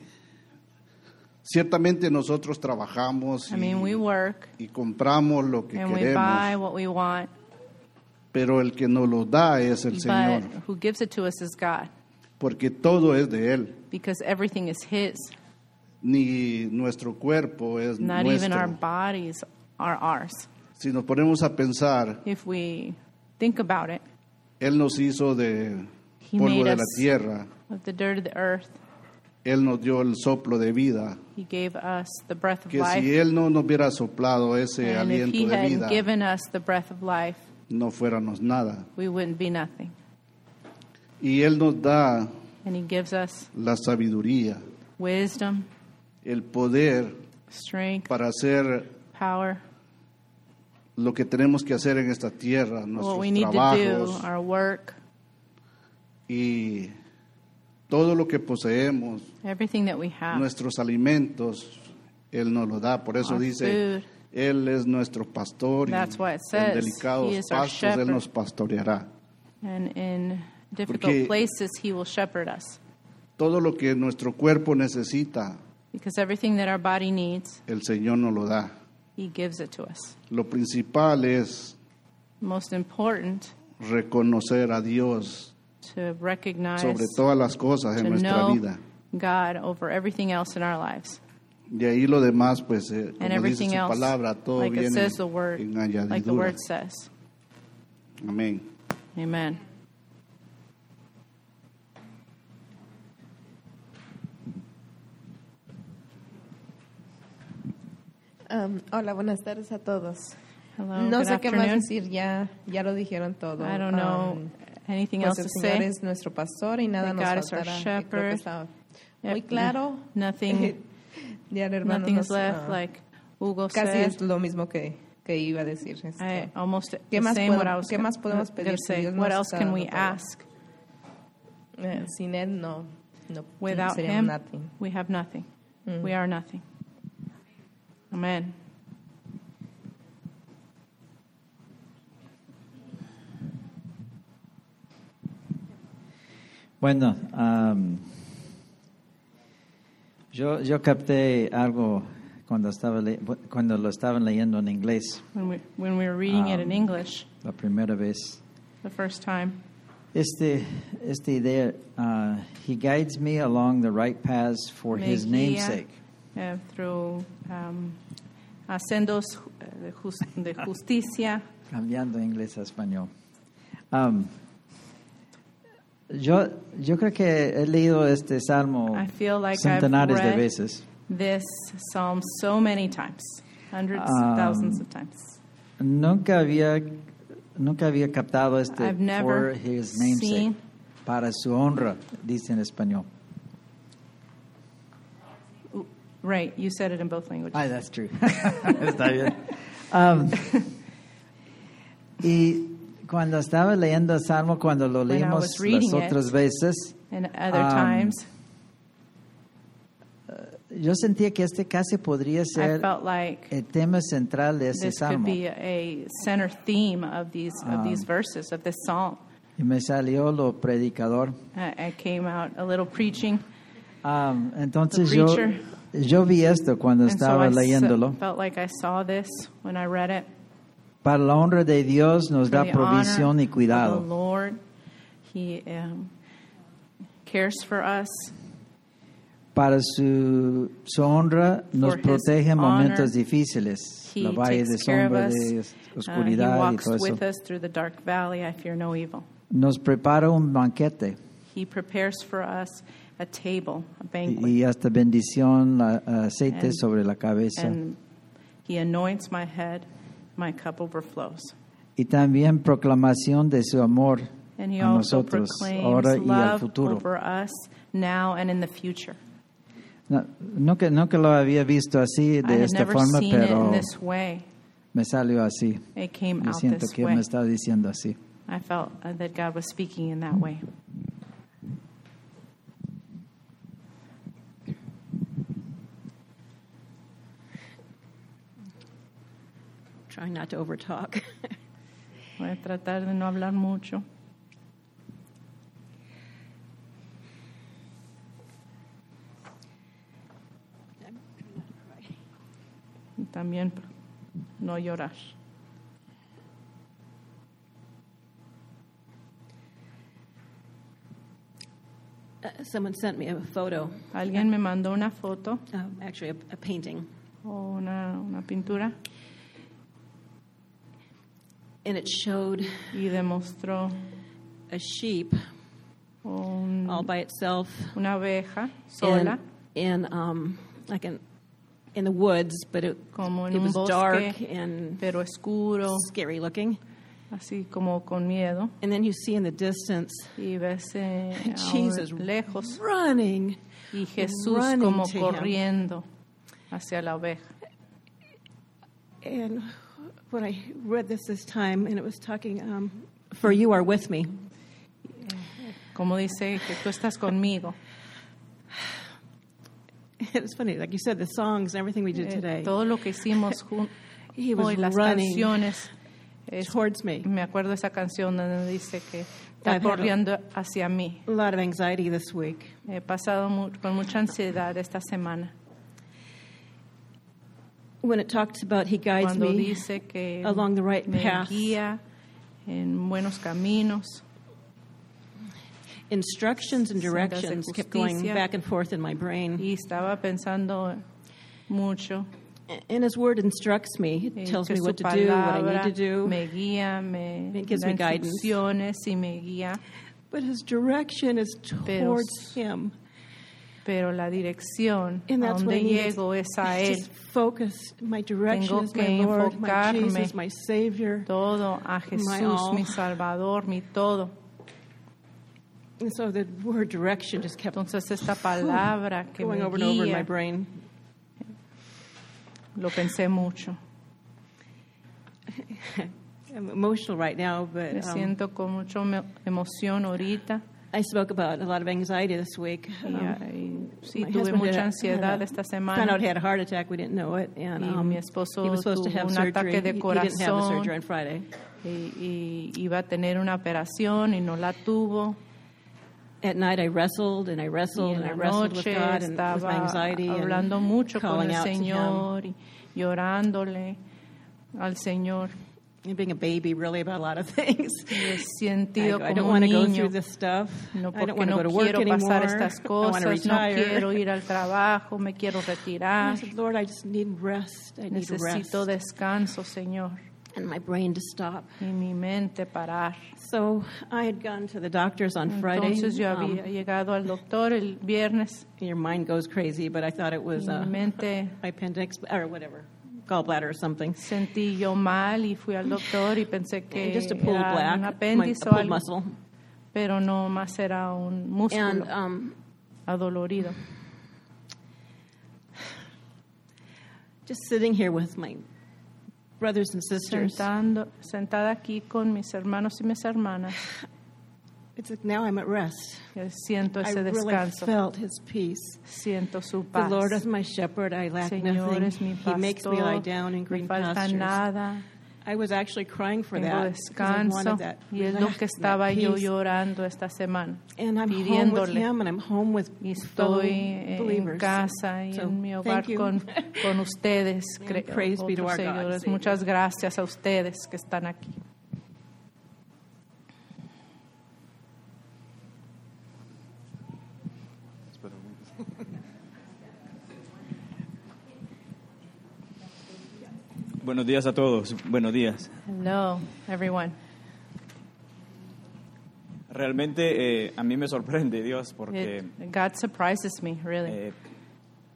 S3: ciertamente nosotros trabajamos
S2: I mean, we
S3: y,
S2: work
S3: y compramos lo que
S2: and we buy
S3: queremos,
S2: what we want,
S3: pero el que nos lo da es el
S2: but
S3: Señor,
S2: who gives it to us is God
S3: porque todo es de Él,
S2: because everything is His.
S3: ni nuestro cuerpo es
S2: Not even our
S3: nuestro.
S2: bodies are ours.
S3: Si nos ponemos a pensar,
S2: If we think about it,
S3: Él nos hizo de
S2: He
S3: polvo
S2: made
S3: de la
S2: us.
S3: tierra,
S2: of the dirt of the earth,
S3: Él nos dio el soplo de vida.
S2: He gave us the breath of
S3: que si
S2: life.
S3: Él no nos hubiera soplado ese
S2: And if He
S3: aliento de vida,
S2: hadn't given us the breath of life,
S3: no fuéramos nada.
S2: we wouldn't be nothing.
S3: Y Él nos da
S2: And He gives us
S3: la sabiduría,
S2: wisdom,
S3: el poder
S2: strength,
S3: para hacer
S2: power,
S3: lo que tenemos que hacer en esta tierra,
S2: what
S3: nuestros
S2: we need to do,
S3: trabajos
S2: our work,
S3: y todo lo que poseemos,
S2: everything that we have.
S3: nuestros alimentos, Él nos lo da. Por eso
S2: Our
S3: dice,
S2: food.
S3: Él es nuestro pastor y
S2: That's what it
S3: en
S2: says. He
S3: delicados
S2: is our
S3: pastos Él
S2: shepherd.
S3: nos pastoreará.
S2: And in
S3: Porque-
S2: difficult places, He will shepherd us.
S3: Todo lo que nuestro cuerpo necesita,
S2: Because everything that our body needs,
S3: el Señor nos lo da.
S2: He gives it to us.
S3: Lo principal es
S2: Most important
S3: reconocer a Dios
S2: to recognize
S3: sobre todas las cosas
S2: to
S3: en nuestra
S2: know
S3: vida.
S2: God over everything else in our lives.
S3: De ahí lo demás, pues, eh, como
S2: And
S3: dice
S2: everything
S3: su
S2: else,
S3: palabra, todo
S2: like it
S3: viene
S2: says the word,
S3: en
S2: like the
S3: añadidura.
S2: word says.
S3: Amén.
S2: Amen.
S4: Um, hola, buenas tardes a todos.
S2: Hello,
S4: no
S2: good
S4: sé qué más
S2: afternoon.
S4: decir, ya, ya lo dijeron todo.
S2: I don't know
S4: Um,
S2: anything
S4: pues
S2: else
S4: el
S2: to
S4: Señor
S2: say.
S4: es nuestro pastor y nada
S2: That
S4: nos
S2: God is our
S4: faltará. Y creo que
S2: shepherd.
S4: está muy
S2: Yep.
S4: claro.
S2: Nothing-
S4: ya el hermano
S2: Nothing
S4: nos,
S2: is left,
S4: ah,
S2: like Hugo
S4: casi
S2: said.
S4: es lo mismo que, que iba a decir. este,
S2: I almost
S4: ¿Qué
S2: the
S4: más
S2: same
S4: puedo-
S2: what I was
S4: qué más
S2: gonna-
S4: podemos pedir
S2: gonna
S4: si
S2: say.
S4: Dios
S2: What
S4: nos
S2: else
S4: ha
S2: can
S4: dado
S2: we
S4: todo?
S2: ask?
S4: eh, sin él no, no
S2: Without
S4: sería
S2: him,
S4: nothing. Mm.
S2: we have nothing. We are nothing. Amen.
S5: Bueno, am, yo, yo capté algo cuando, estaba le- cuando lo estaban leyendo en inglés
S2: When we when we were reading it in
S5: Um,
S2: English
S5: la primera vez.
S2: the first time,
S5: Este, esta idea, ah, He guides me along the right paths for
S2: Me
S5: His
S2: guía,
S5: namesake.
S2: eh, through um, a sendos eh, de jus- de justicia.
S5: Cambiando inglés a español. Am, yo, yo creo que he leído este salmo
S2: I feel like I've
S5: centenares de
S2: read
S5: veces.
S2: This psalm so many times, hundreds,
S5: Um,
S2: thousands of times.
S5: Nunca había, nunca había captado este
S2: I've never
S5: for his namesake,
S2: seen-
S5: para su honra, dice en español.
S2: Right, you said it in both languages.
S5: Ah, that's true. Está bien. Um, y cuando estaba leyendo el Salmo, cuando lo
S2: When I
S5: leímos
S2: was
S5: las
S2: reading it,
S5: otras veces,
S2: and other
S5: um,
S2: times,
S5: uh, yo sentía que este casi podría
S2: I
S5: ser
S2: felt like
S5: el tema central de ese
S2: this
S5: Salmo.
S2: could be a center theme of these of these
S5: Um,
S2: verses of this psalm.
S5: Y me salió lo predicador.
S2: I, I came out a little preaching,
S5: Um, entonces
S2: The
S5: yo,
S2: preacher.
S5: yo vi esto cuando
S2: and so
S5: estaba
S2: I s-
S5: leyéndolo.
S2: felt like I saw this when I read it.
S5: Para la honra de Dios nos
S2: For
S5: da
S2: the
S5: provisión
S2: honor
S5: y
S2: of the
S5: cuidado.
S2: Lord, He um, cares for us.
S5: Para su, su honra nos
S2: his
S5: protege en momentos
S2: honor,
S5: difíciles.
S2: He
S5: La valle de
S2: takes care of
S5: sombra,
S2: us.
S5: de os-
S2: Uh, he
S5: oscuridad y
S2: walks
S5: todo eso.
S2: with us through the dark valley. I fear no evil.
S5: Nos prepara un banquete
S2: He prepares for us a table, a banquet,
S5: y hasta bendición, la- aceite
S2: And-
S5: sobre la cabeza.
S2: and He anoints my head. My cup overflows.
S5: Y también proclamación de su amor
S2: And He
S5: a
S2: also
S5: nosotros, ahora
S2: proclaims
S5: y al
S2: love
S5: futuro.
S2: over us now and in the future.
S5: No, nunca, nunca lo había visto así,
S2: I
S5: de
S2: had
S5: esta
S2: never
S5: forma,
S2: seen it
S5: pero
S2: in this way.
S5: me salió así.
S2: It came
S5: Me
S2: out
S5: siento
S2: this
S5: que
S2: way.
S5: me está diciendo así.
S2: I felt uh, that God was speaking in that way.
S6: trying not to overtalk.
S2: Voy a tratar de no hablar mucho. Y también no llorar.
S6: Uh, Someone sent me a photo,
S2: Alguien me mandó una foto
S6: um, actually a, a painting,
S2: o una, una pintura
S6: and it showed
S2: y demostró
S6: a sheep
S2: un-
S6: all by itself
S2: una oveja sola
S6: in, in um, like in, in the woods, but it,
S2: Como en
S6: it
S2: un
S6: was
S2: bosque.
S6: dark and
S2: pero oscuro,
S6: scary looking.
S2: así como con miedo.
S6: And then you see in the distance
S2: Y ves eh, a un-
S6: Jesus
S2: lejos
S6: running.
S2: Y Jesús
S6: running
S2: como
S6: to him.
S2: corriendo hacia la oveja.
S6: And when I read this this time, and it was talking, um, "For you are with me."
S2: Como dice que tú estás conmigo.
S6: It's funny, like you said, the songs and everything we did
S2: Eh,
S6: today.
S2: todo lo que hicimos juntos
S6: He was
S2: hoy, las
S6: pues, running
S2: canciones. es-
S6: towards me.
S2: Me acuerdo esa canción donde dice que está
S6: I've had a-
S2: corriendo hacia mí.
S6: A lot of anxiety this week.
S2: He pasado mu- con mucha ansiedad esta semana.
S6: When it talks about He guides
S2: Cuando
S6: me
S2: dice que
S6: along the right
S2: me
S6: path.
S2: guía en buenos caminos.
S6: instructions and
S2: Sendas de
S6: directions kept going
S2: justicia.
S6: back and forth in my brain.
S2: y estaba pensando mucho.
S6: And His Word instructs me,
S2: eh,
S6: it tells
S2: que
S6: me
S2: su
S6: what to do, what I
S2: palabra
S6: need to do.
S2: me guía, me
S6: It gives
S2: da
S6: me guidance.
S2: instrucciones y me guía,
S6: But His direction is
S2: Pero-
S6: towards Him.
S2: pero la dirección
S6: And
S2: a
S6: that's what
S2: donde
S6: I need.
S2: llego es a
S6: It's
S2: Él.
S6: just focus. My direction
S2: Tengo
S6: is my
S2: que
S6: Lord, my
S2: enfocarme.
S6: Jesus, my Savior.
S2: Todo a Jesús,
S6: all.
S2: mi Salvador, mi todo.
S6: And so the word direction just kept
S2: Entonces esta palabra que me
S6: going over and over in my
S2: guía,
S6: brain.
S2: lo pensé mucho.
S6: I'm emotional right now,
S2: Me
S6: but um,
S2: siento con mucha me- emoción ahorita.
S6: I spoke about a lot of anxiety this week.
S2: Y,
S6: Um,
S2: ah, y sí,
S6: my
S2: tuve
S6: husband had
S2: mucha
S6: a- had
S2: ansiedad
S6: a-
S2: esta
S6: Found
S2: semana.
S6: out he had a heart attack. We didn't know it, and
S2: Y
S6: um,
S2: mi esposo
S6: he was supposed to
S2: tuvo
S6: have
S2: un
S6: surgery. He- He
S2: ataque de
S6: didn't have the
S2: corazón.
S6: surgery on Friday,
S2: Y, y iba a tener una operación y no la tuvo.
S6: At night, I wrestled and I
S2: Y
S6: wrestled
S2: en
S6: and I
S2: la
S6: wrestled with
S2: noche
S6: God and with my
S2: estaba
S6: anxiety
S2: hablando
S6: and
S2: mucho con
S6: calling
S2: el
S6: out to Him
S2: Señor y llorándole al Señor.
S6: and being a baby, really about a lot of things.
S2: Y he
S6: I,
S2: sentido
S6: go, I
S2: como
S6: don't
S2: un
S6: want to go
S2: niño.
S6: through this stuff.
S2: No
S6: I don't
S2: porque
S6: want to go to
S2: no
S6: work
S2: quiero
S6: anymore.
S2: pasar estas
S6: I want to
S2: cosas, no
S6: retire.
S2: quiero ir al trabajo, me quiero
S6: And I
S2: retirar.
S6: said, Lord, I just need rest. I need rest.
S2: Necesito descanso, Señor,
S6: And my brain to stop.
S2: y mi mente parar.
S6: So I had gone to the doctors on Friday.
S2: Entonces yo
S6: Um,
S2: había llegado al doctor el viernes
S6: your mind goes crazy, but I thought it
S2: y
S6: was uh,
S2: mi mente
S6: my appendix or whatever, gallbladder or something.
S2: sentí yo mal y fui al doctor y pensé que
S6: Just a pulled
S2: era
S6: black,
S2: un
S6: my, a
S2: apéndice o
S6: pulled
S2: algo,
S6: muscle.
S2: pero no más era un músculo
S6: And um,
S2: adolorido.
S6: just sitting here with my brothers and sisters.
S2: Sentando, sentada aquí con mis hermanos y mis hermanas,
S6: It's like now I'm at rest.
S2: eh, siento
S6: I
S2: ese
S6: really
S2: descanso,
S6: felt His peace.
S2: siento su
S6: The
S2: paz.
S6: Lord is my shepherd; I lack
S2: Señor
S6: nothing.
S2: es mi
S6: he makes me lie
S2: pastor,
S6: down in
S2: me
S6: green
S2: falta
S6: pastures.
S2: nada,
S6: I was actually crying for
S2: tengo
S6: that. because I
S2: descanso
S6: wanted that
S2: y es lo que
S6: relax- that
S2: estaba yo
S6: peace.
S2: llorando esta semana,
S6: And I'm home with
S2: pidiéndole.
S6: him, and I'm home with
S2: Y
S6: fellow
S2: estoy eh, en
S6: believers.
S2: casa y
S6: So,
S2: en mi hogar
S6: thank you.
S2: con, con ustedes, cre-
S6: praise be to
S2: otros
S6: our God,
S2: seguidores.
S6: Savior.
S2: Muchas gracias a ustedes que están aquí.
S7: Buenos días a todos, buenos días.
S2: Hello, everyone.
S7: Realmente eh, a mí me sorprende Dios porque
S2: It- God surprises me, really.
S7: eh,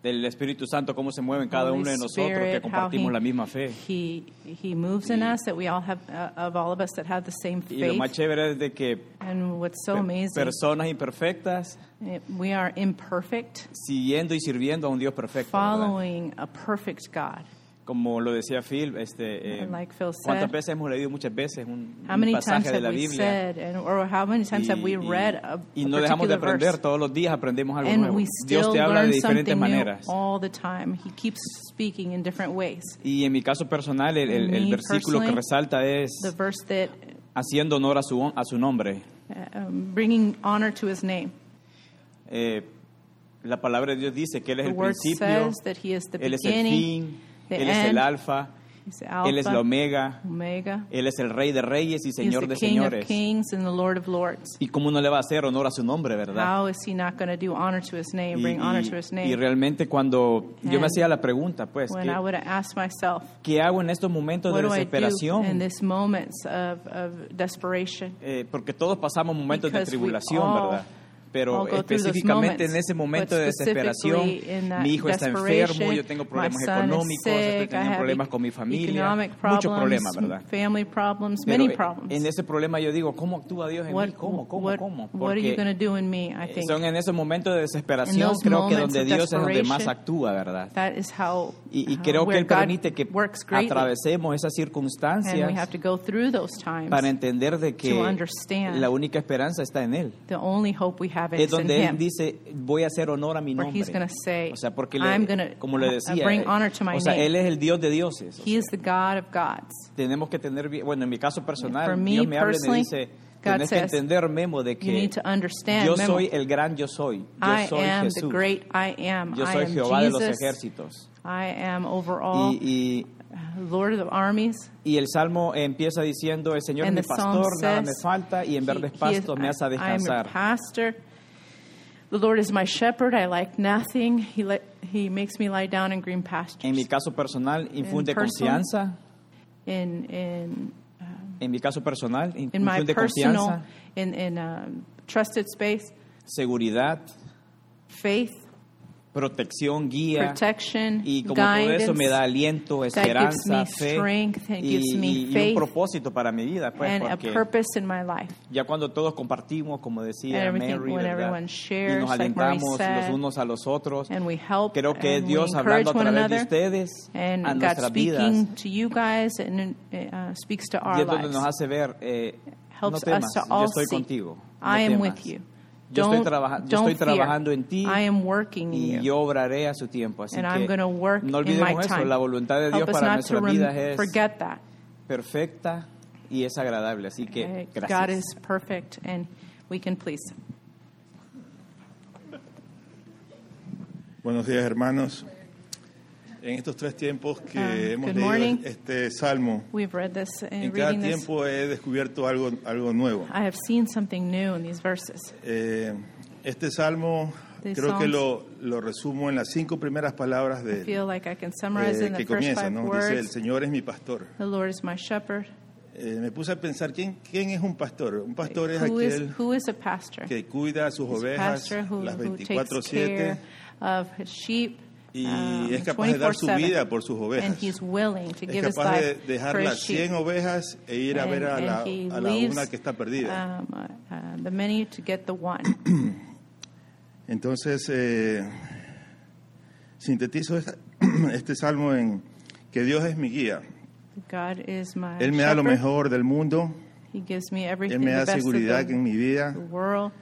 S7: del Espíritu Santo cómo se mueve en cada
S2: Holy
S7: uno de nosotros que
S2: Spirit, how
S7: compartimos la misma fe.
S2: He, he moves in us that we all have, uh, of all of us that have the same
S7: Y lo más
S2: faith.
S7: chévere es de que
S2: And what's so
S7: pe-
S2: amazing,
S7: personas imperfectas
S2: eh, we are imperfect,
S7: siguiendo y sirviendo a un Dios perfecto. ¿verdad?
S2: following a perfect God.
S7: Como lo decía Phil, este, eh,
S2: And like Phil said,
S7: cuántas veces hemos leído muchas veces un,
S2: How
S7: un
S2: many times
S7: pasaje de
S2: have
S7: la
S2: we
S7: Biblia.
S2: said, and, or how many times have we read a,
S7: y
S2: a
S7: no dejamos de aprender,
S2: particular verse?
S7: todos los días aprendemos algo
S2: And
S7: nuevo.
S2: we
S7: Dios
S2: still
S7: te habla de
S2: learn
S7: diferentes
S2: something new Oh.
S7: maneras.
S2: all the time. He keeps speaking in different ways.
S7: Y en mi caso personal, el, el- el
S2: Me
S7: versículo que
S2: personally,
S7: resalta es
S2: The verse that
S7: haciendo honor a su, a su nombre.
S2: uh, um, bringing honor to his name.
S7: Eh, la palabra de Dios dice que Él es
S2: The
S7: el
S2: word
S7: principio,
S2: says that he is the
S7: Él es el
S2: beginning,
S7: fin,
S2: the
S7: Él es el
S2: end,
S7: alfa,
S2: he's the
S7: Él es
S2: Alpha,
S7: la omega,
S2: Omega.
S7: Él es el rey de reyes y
S2: He's
S7: señor
S2: the
S7: de
S2: King of
S7: señores.
S2: kings and the Lord of lords.
S7: ¿Y cómo no le va a hacer honor a su nombre, verdad?
S2: How is he not going to do honor to his name,
S7: Y,
S2: bring honor
S7: y-
S2: to his
S7: y
S2: name?
S7: realmente cuando yo
S2: And
S7: me hacía la pregunta, pues,
S2: When I
S7: ¿qué,
S2: would have asked myself,
S7: qué hago en estos momentos
S2: what
S7: de
S2: do I do in
S7: desesperación?
S2: these moments of, of desperation?
S7: Eh, porque todos pasamos momentos de
S2: Because we
S7: tribulación,
S2: all-
S7: ¿verdad? Pero
S2: I'll go through those
S7: específicamente
S2: moments,
S7: en ese momento
S2: but
S7: de desesperación,
S2: specifically in that
S7: mi hijo está
S2: desperation,
S7: enfermo, yo tengo problemas
S2: my son is
S7: económicos, estoy
S2: sick, I
S7: teniendo
S2: have
S7: problemas con mi
S2: ec-
S7: familia,
S2: economic
S7: muchos problemas,
S2: problems,
S7: ¿verdad?
S2: Family problems,
S7: Pero
S2: many
S7: e-
S2: problems.
S7: en ese problema yo digo, ¿cómo actúa Dios en
S2: what,
S7: mí? ¿Cómo, cómo,
S2: what,
S7: cómo?
S2: what are
S7: Porque
S2: you going to do in me? I
S7: eh,
S2: think
S7: son en esos momentos de
S2: In
S7: desesperación,
S2: those
S7: creo que
S2: moments
S7: donde
S2: of
S7: Dios es donde más
S2: desperation,
S7: actúa, ¿verdad?
S2: that is how,
S7: Y, y
S2: how-
S7: creo que
S2: where
S7: Él
S2: God
S7: permite que
S2: works greatly.
S7: atravesemos esas
S2: And we
S7: circunstancias
S2: have to go through those times.
S7: para entender de que
S2: to understand.
S7: la única esperanza está en Él.
S2: the only hope we have
S7: es
S2: is in
S7: donde él
S2: Him.
S7: dice voy a hacer honor a mi
S2: Where
S7: nombre
S2: he's gonna say,
S7: o sea porque le-
S2: "I'm gonna,
S7: como le
S2: uh,
S7: decía eh,
S2: bring honor to my
S7: o sea
S2: name."
S7: él es el Dios de dioses o
S2: he is
S7: sea,
S2: the God of gods.
S7: tenemos que tener bien- bueno en mi caso personal
S2: For me
S7: Dios me habla y me
S2: personally,
S7: dice
S2: God
S7: Tienes que
S2: says,
S7: entender, Memo, de
S2: you
S7: que
S2: need to understand,
S7: yo
S2: Memo,
S7: soy el gran yo soy. Yo
S2: I
S7: soy
S2: am the
S7: Jesús.
S2: great I am.
S7: Yo
S2: I
S7: soy
S2: am
S7: Jehová de los
S2: Jesus.
S7: ejércitos.
S2: I am over all,
S7: Y,
S2: Lord of armies.
S7: y, y el salmo empieza diciendo: El Señor es
S2: And
S7: mi
S2: the psalm
S7: pastor, nada me
S2: says,
S7: falta, y en
S2: He-
S7: verdes
S2: he is-
S7: pastos me hace
S2: I- I am your
S7: descansar.
S2: pastor. The Lord is my shepherd. I lack nothing. He, let, he makes me lie down in green pastures.
S7: En mi caso personal, infunde
S2: person.
S7: confianza.
S2: in in uh,
S7: En mi caso personal, in-
S2: in my
S7: infunde
S2: personal
S7: confianza,
S2: in in um, trusted space,
S7: seguridad,
S2: faith,
S7: protección, guía.
S2: protection,
S7: Y como todo
S2: guidance,
S7: eso me da aliento,
S2: gives
S7: esperanza,
S2: me
S7: fe
S2: strength and
S7: y,
S2: gives me
S7: y- y un
S2: faith
S7: propósito para mi vida, pues,
S2: and a
S7: porque
S2: purpose in my life.
S7: ya cuando todos compartimos, como decía
S2: And everything-
S7: Mary,
S2: when
S7: ¿verdad?
S2: everyone shares,
S7: y nos
S2: like Mary
S7: alentamos
S2: said,
S7: los unos a los otros,
S2: and we help,
S7: creo que
S2: and we
S7: Dios
S2: encourage
S7: hablando a
S2: one
S7: través de
S2: another,
S7: ustedes
S2: And
S7: a
S2: God
S7: nuestras vidas,
S2: speaking to you guys and uh, speaks to
S7: y
S2: our
S7: es donde nos
S2: lives.
S7: hace ver, eh, no
S2: Helps
S7: temas,
S2: us to
S7: yo
S2: all
S7: estoy
S2: see.
S7: contigo, no
S2: I am
S7: temas.
S2: with you.
S7: Yo estoy
S2: Don't,
S7: trabaja- yo
S2: don't
S7: estoy trabajando en ti
S2: fear. I am working in
S7: y
S2: you.
S7: yo obraré a su tiempo. Así
S2: and
S7: que
S2: I'm going to work
S7: no
S2: in my
S7: olvidemos eso,
S2: time.
S7: la voluntad de Dios
S2: Help us
S7: para
S2: not to
S7: nuestras
S2: rem-
S7: vidas es
S2: forget that.
S7: perfecta y es agradable. Así que
S2: Okay, Eh, God
S7: gracias.
S2: is perfect and we can please Him.
S8: Buenos días, hermanos. En estos tres tiempos que
S2: Um,
S8: hemos
S2: good
S8: leído
S2: morning.
S8: este salmo,
S2: We've read this
S8: en
S2: and
S8: cada
S2: reading this.
S8: tiempo he descubierto algo, algo nuevo.
S2: I have seen something new in these verses.
S8: Eh, este salmo
S2: These
S8: creo que
S2: psalms-
S8: lo, lo resumo en las cinco primeras palabras
S2: I
S8: de
S2: feel like I can summarize
S8: eh,
S2: in the
S8: que
S2: first five
S8: comienzan. ¿no? Dice, el
S2: words,
S8: Señor es mi pastor.
S2: the Lord is my shepherd.
S8: Eh, me puse a pensar, ¿quién, ¿quién es un pastor? Un pastor es
S2: Who is,
S8: aquel
S2: who is a pastor?
S8: que cuida a sus
S2: He's a
S8: ovejas
S2: pastor who,
S8: las
S2: who takes
S8: 24-7
S2: care of his sheep
S8: y
S2: um,
S8: es capaz de dar su
S2: 24/7.
S8: vida por sus ovejas.
S2: And he's willing to give
S8: es
S2: his
S8: capaz de
S2: life
S8: dejar
S2: for his
S8: las 100
S2: sheep.
S8: ovejas e ir a
S2: and,
S8: ver a
S2: and
S8: la,
S2: he
S8: a la
S2: leaves,
S8: una que está perdida.
S2: um, uh, uh, the many to get the one.
S8: Entonces, eh, sintetizo esta- este salmo en que Dios es mi guía.
S2: God is my
S8: Él me da lo
S2: Uh, shepherd.
S8: mejor del mundo,
S2: He gives me
S8: Él
S2: everything
S8: me
S2: the
S8: da
S2: best of
S8: seguridad en
S2: the,
S8: mi vida,
S2: the world.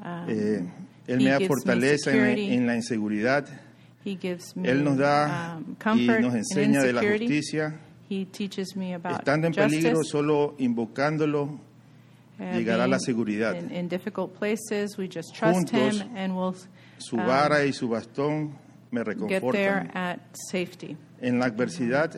S2: Um,
S8: eh, Él
S2: He
S8: me da
S2: gives me
S8: fortaleza en,
S2: security.
S8: en la inseguridad,
S2: He gives me
S8: Él nos da
S2: um,
S8: y
S2: comfort
S8: nos enseña
S2: and
S8: de la
S2: insecurity.
S8: justicia.
S2: He teaches me about
S8: Estando en
S2: justice,
S8: peligro, solo invocándolo,
S2: uh,
S8: llegará
S2: being
S8: la seguridad.
S2: In, in difficult places, we just trust
S8: Juntos,
S2: him and we'll
S8: su
S2: um,
S8: vara y su bastón me
S2: get there
S8: reconfortan.
S2: at safety.
S8: En la adversidad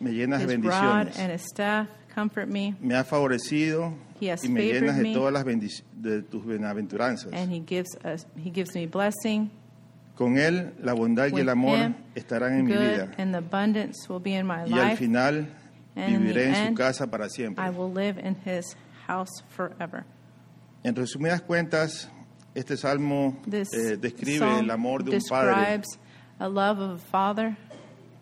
S8: me llenas de
S2: His rod
S8: bendiciones.
S2: and his staff comfort me,
S8: me has favorecido
S2: He has
S8: y me
S2: favored
S8: llenas
S2: me.
S8: de todas las bendic- de tus bienaventuranzas.
S2: and he gives us he gives me blessing.
S8: Con él la bondad y
S2: With
S8: el amor
S2: him,
S8: estarán en mi
S2: good
S8: vida
S2: and abundance will be in my
S8: y al
S2: life.
S8: final
S2: and in the
S8: viviré en su
S2: end,
S8: casa para siempre.
S2: I will live in his house forever.
S8: En resumidas cuentas, este salmo
S2: This
S8: eh, describe
S2: psalm
S8: el amor de un padre,
S2: describes a love of a father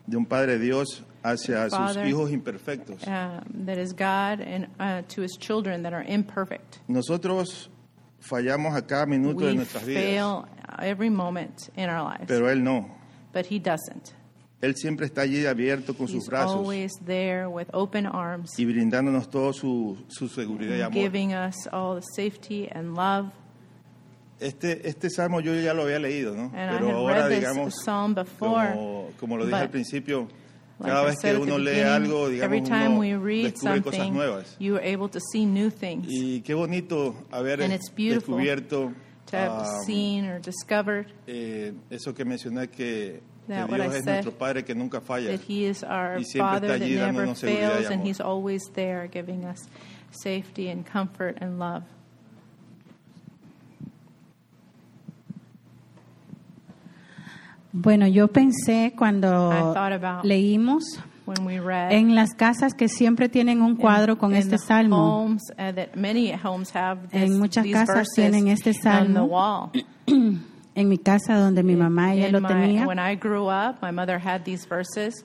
S8: de un padre Dios hacia sus
S2: Father.
S8: hijos imperfectos.
S2: um, that is God and uh, to his children that are imperfect.
S8: Nosotros fallamos a cada minuto de
S2: we
S8: nuestras vidas,
S2: fail every moment in our lives,
S8: pero él no.
S2: but he doesn't.
S8: Él siempre está allí abierto con sus
S2: He's
S8: brazos
S2: always there with open arms,
S8: y brindándonos toda su, su seguridad y amor.
S2: giving us all the safety and love.
S8: Este, este salmo yo ya lo había leído, ¿no?
S2: And I
S8: Pero
S2: had
S8: ahora,
S2: read this
S8: digamos,
S2: psalm before,
S8: como, como lo dije al
S2: but
S8: principio,
S2: Like
S8: cada
S2: I
S8: vez
S2: said
S8: que
S2: at the
S8: uno lee
S2: beginning,
S8: algo,
S2: every
S8: digamos,
S2: time we
S8: uno
S2: read
S8: descubre cosas
S2: something,
S8: nuevas.
S2: you are able to see new things,
S8: Y qué bonito haber
S2: And it's beautiful
S8: descubierto
S2: to have
S8: ah,
S2: seen or discovered
S8: eh, eso que mencioné, que, que
S2: That what
S8: Dios
S2: I
S8: es
S2: said,
S8: nuestro Padre que nunca falla.
S2: that He is our
S8: Y siempre
S2: Father
S8: está
S2: that
S8: allí
S2: never
S8: dándonos seguridad y
S2: fails, and
S8: amor.
S2: He's always there giving us safety and comfort and love.
S9: Bueno, yo pensé
S2: I
S9: cuando
S2: thought about-
S9: leímos
S2: When we read
S9: en las casas que siempre tienen un cuadro con
S2: in
S9: este
S2: the
S9: salmo.
S2: homes, uh, that many homes have this,
S9: En muchas
S2: these
S9: casas
S2: verses
S9: tienen este
S2: on the
S9: salmo.
S2: wall.
S9: En mi casa donde mi mamá ella
S2: In
S9: lo
S2: my-
S9: tenía
S2: when I grew up, my mother had these verses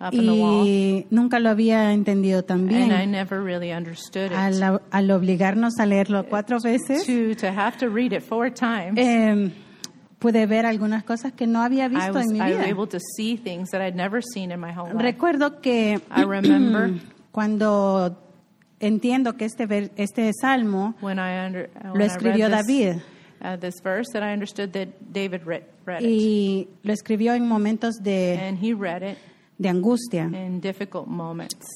S2: up on the wall,
S9: y nunca lo había entendido tan
S2: and I
S9: bien.
S2: never really understood it.
S9: Al, al obligarnos a leerlo cuatro veces,
S2: to to have to read it four times.
S9: eh, pude ver algunas cosas que no había
S2: I
S9: visto
S2: was,
S9: en mi
S2: I was
S9: vida.
S2: able to see things that I'd never seen in my whole life.
S9: Recuerdo que
S2: I remember
S9: cuando entiendo que este, ver- este salmo
S2: when I under uh, when
S9: Lo
S2: I read
S9: escribió
S2: this,
S9: David.
S2: uh, this verse that I understood that David read, read it,
S9: y lo escribió en momentos de,
S2: and he read it
S9: de angustia.
S2: in difficult moments.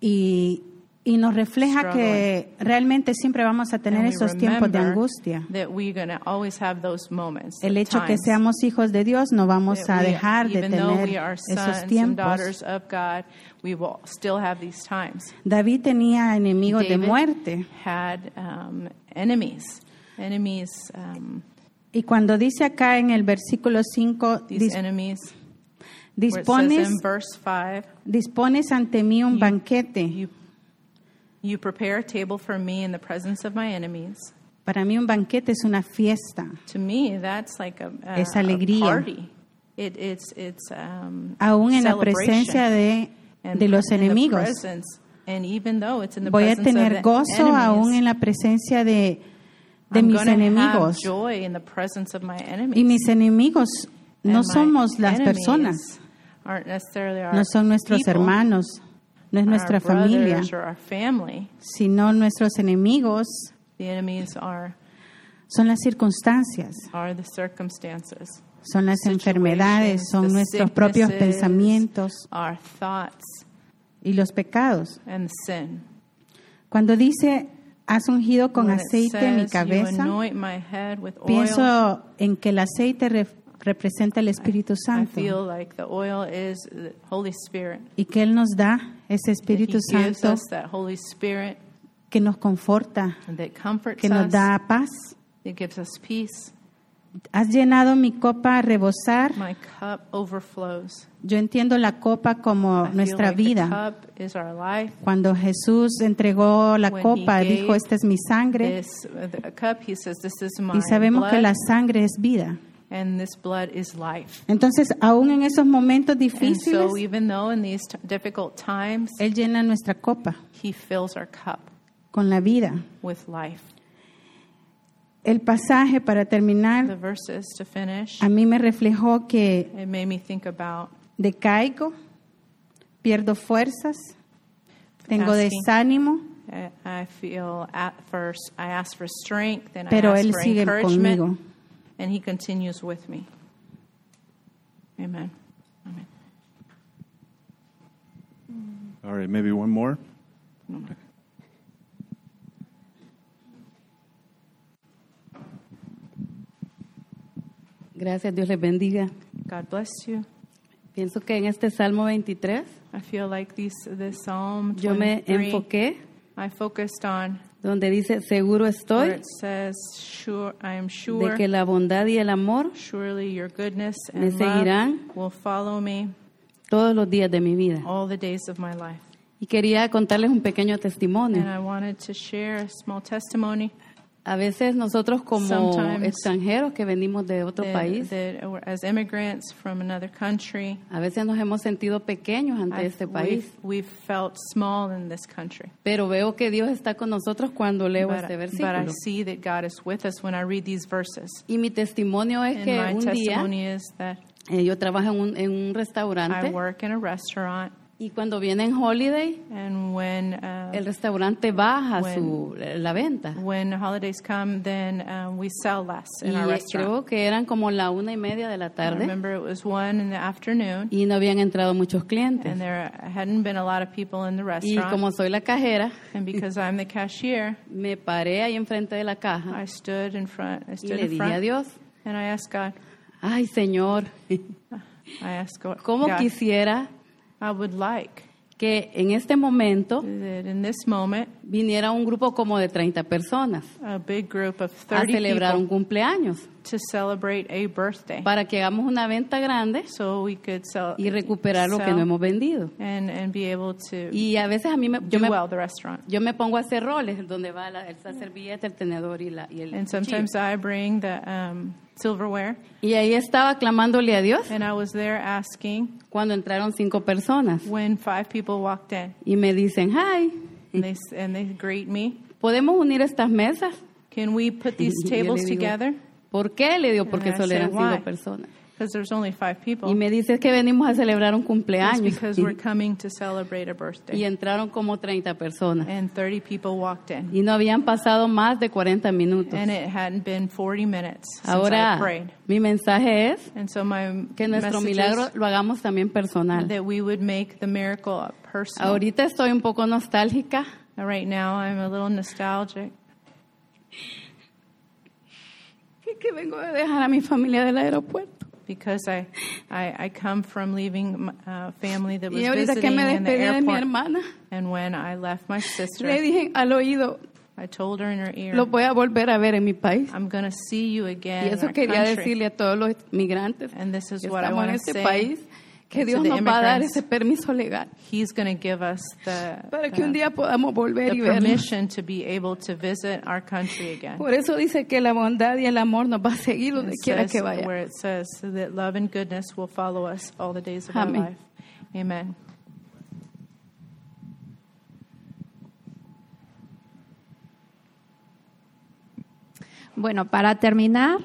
S9: Y, y nos refleja que realmente siempre vamos a tener
S2: And we
S9: esos tiempos de
S2: remember
S9: angustia.
S2: That we're going to always have those moments.
S9: El hecho que
S2: times
S9: seamos hijos de Dios no vamos
S2: that
S9: a
S2: we-
S9: dejar de
S2: even though
S9: tener
S2: we are
S9: esos
S2: sons and
S9: tiempos.
S2: daughters of God, we will still have these times.
S9: David tenía enemigos de
S2: David
S9: muerte.
S2: had um, enemies, enemies, um,
S9: Y cuando dice acá en el versículo 5,
S2: these enemies. where it says
S9: dispones,
S2: in verse five,
S9: dispones ante mí un
S2: You-
S9: banquete.
S2: you, you prepare a table for me in the presence of my enemies.
S9: Para mí un banquete es una fiesta.
S2: To me, that's like a, a,
S9: Es
S2: a
S9: alegría.
S2: party. It, it's it's um,
S9: Aún en la
S2: celebration.
S9: presencia de,
S2: And
S9: de los
S2: in the
S9: enemigos.
S2: presence, And even though it's in the
S9: Voy a
S2: presence of
S9: tener
S2: the
S9: gozo
S2: enemies,
S9: aún en la presencia de, de
S2: I'm
S9: mis
S2: gonna have
S9: enemigos.
S2: joy in the presence of my enemies.
S9: Y mis enemigos
S2: And
S9: no
S2: my
S9: somos las
S2: enemies
S9: personas,
S2: aren't necessarily our
S9: no son nuestros
S2: people,
S9: hermanos, no es
S2: our
S9: nuestra familia,
S2: brothers or our family.
S9: sino nuestros enemigos
S2: The enemies are,
S9: son las circunstancias,
S2: are the circumstances.
S9: son las enfermedades,
S2: situations,
S9: son
S2: the
S9: nuestros propios
S2: sicknesses,
S9: pensamientos
S2: Our thoughts
S9: y los pecados.
S2: and sin.
S9: Cuando dice, has ungido con
S2: When it
S9: aceite mi
S2: says, You
S9: cabeza,
S2: anoint my head with oil,
S9: pienso en que el aceite ref- representa el Espíritu
S2: I
S9: Santo
S2: feel like the oil is the Holy Spirit.
S9: y que Él nos da ese
S2: That
S9: Espíritu
S2: he gives
S9: Santo
S2: us that Holy Spirit
S9: que nos conforta,
S2: that comforts
S9: que nos
S2: us,
S9: da paz.
S2: that gives us peace.
S9: Has llenado mi copa a rebosar.
S2: My cup overflows.
S9: Yo entiendo la copa como
S2: I feel
S9: nuestra
S2: like the
S9: vida.
S2: cup is our life.
S9: Cuando Jesús entregó Oh, la
S2: When he
S9: copa,
S2: gave
S9: dijo, esta es mi sangre.
S2: This uh, the cup, he says, this is my
S9: Y sabemos
S2: blood,
S9: que la sangre es vida.
S2: and this blood is life.
S9: Entonces, aún en esos momentos
S2: And
S9: difíciles,
S2: so, even though in these t- difficult times,
S9: Él llena nuestra copa
S2: he fills our cup
S9: con la vida.
S2: with life.
S9: El pasaje, para
S2: The
S9: terminar,
S2: verses to finish,
S9: a mí me reflejó que
S2: it made me think about
S9: decaigo, pierdo fuerzas, tengo
S2: Asking.
S9: desánimo,
S2: I I feel at first I ask for strength and
S9: pero
S2: I ask
S9: Él
S2: for
S9: sigue
S2: encouragement
S9: conmigo.
S2: and he continues with me. Amen. Amen.
S1: All right, maybe one more.
S10: Gracias, Dios les bendiga.
S2: God bless you.
S10: Pienso que en este Salmo 23
S2: I feel like these this Psalm
S10: yo me
S2: 23,
S10: enfoqué
S2: I focused on
S10: donde dice, seguro
S2: where
S10: estoy
S2: it says sure I am
S10: de
S2: sure
S10: que la bondad y el amor
S2: surely your goodness
S10: Me
S2: and love
S10: seguirán.
S2: will follow me
S10: todos los días de mi vida.
S2: all the days of my life.
S10: Y quería contarles un pequeño
S2: And
S10: testimonio.
S2: I wanted to share a small testimony
S10: A veces nosotros como
S2: Sometimes
S10: extranjeros que venimos de otro
S2: that,
S10: país,
S2: that as immigrants from another country
S10: a veces nos hemos sentido pequeños ante
S2: I've-
S10: este país.
S2: We've, we've felt small in this country.
S10: Pero veo que Dios está con nosotros cuando leo
S2: But,
S10: este
S2: but I
S10: versículo.
S2: see that God is with us when I read these verses.
S10: Y mi testimonio es
S2: And
S10: que
S2: my
S10: un día
S2: testimony is that
S10: eh, yo trabajo en un, en un
S2: I
S10: restaurante
S2: work in a restaurant,
S10: y cuando vienen holiday,
S2: and when uh,
S10: el restaurante baja
S2: When-
S10: su, eh, la venta.
S2: when holidays come, then um, we sell less
S10: Y
S2: in our
S10: eh,
S2: restaurant.
S10: creo que eran como la una y media de la
S2: I
S10: tarde
S2: remember it was one in the afternoon,
S10: y no habían entrado muchos clientes.
S2: and there hadn't been a lot of people in the
S10: Y
S2: restaurant.
S10: como soy la cajera,
S2: and because I'm the cashier,
S10: me paré ahí enfrente de la caja
S2: I stood in front. I
S10: y
S2: stood
S10: le
S2: in
S10: dije a
S2: front,
S10: Dios,
S2: and I asked God.
S10: ay Señor,
S2: I asked God,
S10: ¿cómo
S2: God,
S10: quisiera
S2: I would like
S10: que en este momento
S2: that in this moment
S10: viniera un grupo como de 30 personas
S2: a big group of
S10: a
S2: 30
S10: celebrar un
S2: people
S10: cumpleaños
S2: to celebrate a birthday
S10: para que hagamos una venta grande
S2: so we could sell
S10: y recuperar lo que
S2: sell
S10: no hemos vendido.
S2: and, and be able to
S10: Y a veces a mí me, yo
S2: do
S10: me
S2: well the restaurant.
S10: yo me pongo a hacer roles donde va la, el servilleta, el tenedor y, la, y el
S2: And sometimes
S10: cuchillo.
S2: I bring the um, silverware
S10: Y ahí estaba clamándole a Dios
S2: and I was there asking
S10: cuando entraron cinco personas
S2: when five people walked in
S10: y me dicen, hi,
S2: and they, s- and they greet me.
S10: ¿podemos unir estas mesas?
S2: Can we put
S10: Y
S2: these
S10: yo le
S2: tables
S10: digo,
S2: together?
S10: ¿Por qué? Le digo, porque
S2: And I
S10: solo
S2: say,
S10: eran
S2: "Why?"
S10: cinco personas.
S2: Because there's only five people.
S10: Y me dice "Es que venimos a celebrar un
S2: It's
S10: cumpleaños.
S2: because we're coming to celebrate
S10: Y
S2: a birthday.
S10: entraron como 30 personas.
S2: And 30 people walked in.
S10: Y no habían pasado más de 40 minutos.
S2: And it hadn't been 40 minutes since I
S10: Ahora,
S2: prayed.
S10: mi mensaje es
S2: And so my
S10: que nuestro
S2: message is
S10: milagro lo hagamos también personal.
S2: that we would make the miracle a personal.
S10: Ahorita estoy un poco nostálgica
S2: And right now, I'm a little nostalgic.
S10: Es que vengo de dejar a mi familia del aeropuerto.
S2: Because I, I, I come from leaving a family that was
S10: Y ahorita que
S2: visiting
S10: me
S2: in the
S10: despedí de mi
S2: airport.
S10: hermana,
S2: And when I left my sister,
S10: le dije al oído,
S2: I told her in her ear,
S10: los voy a volver a ver en mi país.
S2: I'm going to see you again
S10: Y
S2: in
S10: eso
S2: our
S10: quería
S2: country.
S10: decirle a todos los migrantes
S2: And this
S10: que
S2: is what I
S10: estamos en
S2: want to
S10: este
S2: say
S10: país, que
S2: to
S10: Dios
S2: the
S10: nos va a dar
S2: immigrants.
S10: ese permiso legal
S2: He's going to give us the,
S10: para que un
S2: the,
S10: día podamos volver y
S2: the
S10: vernos.
S2: permission to be able to visit our country again.
S10: Por eso dice que la bondad y el amor nos va a seguir donde
S2: It
S10: quiera
S2: says
S10: que vaya.
S2: where it says that love and goodness will follow us all the days of
S10: Amén.
S2: our life. Amen.
S11: Bueno, para terminar,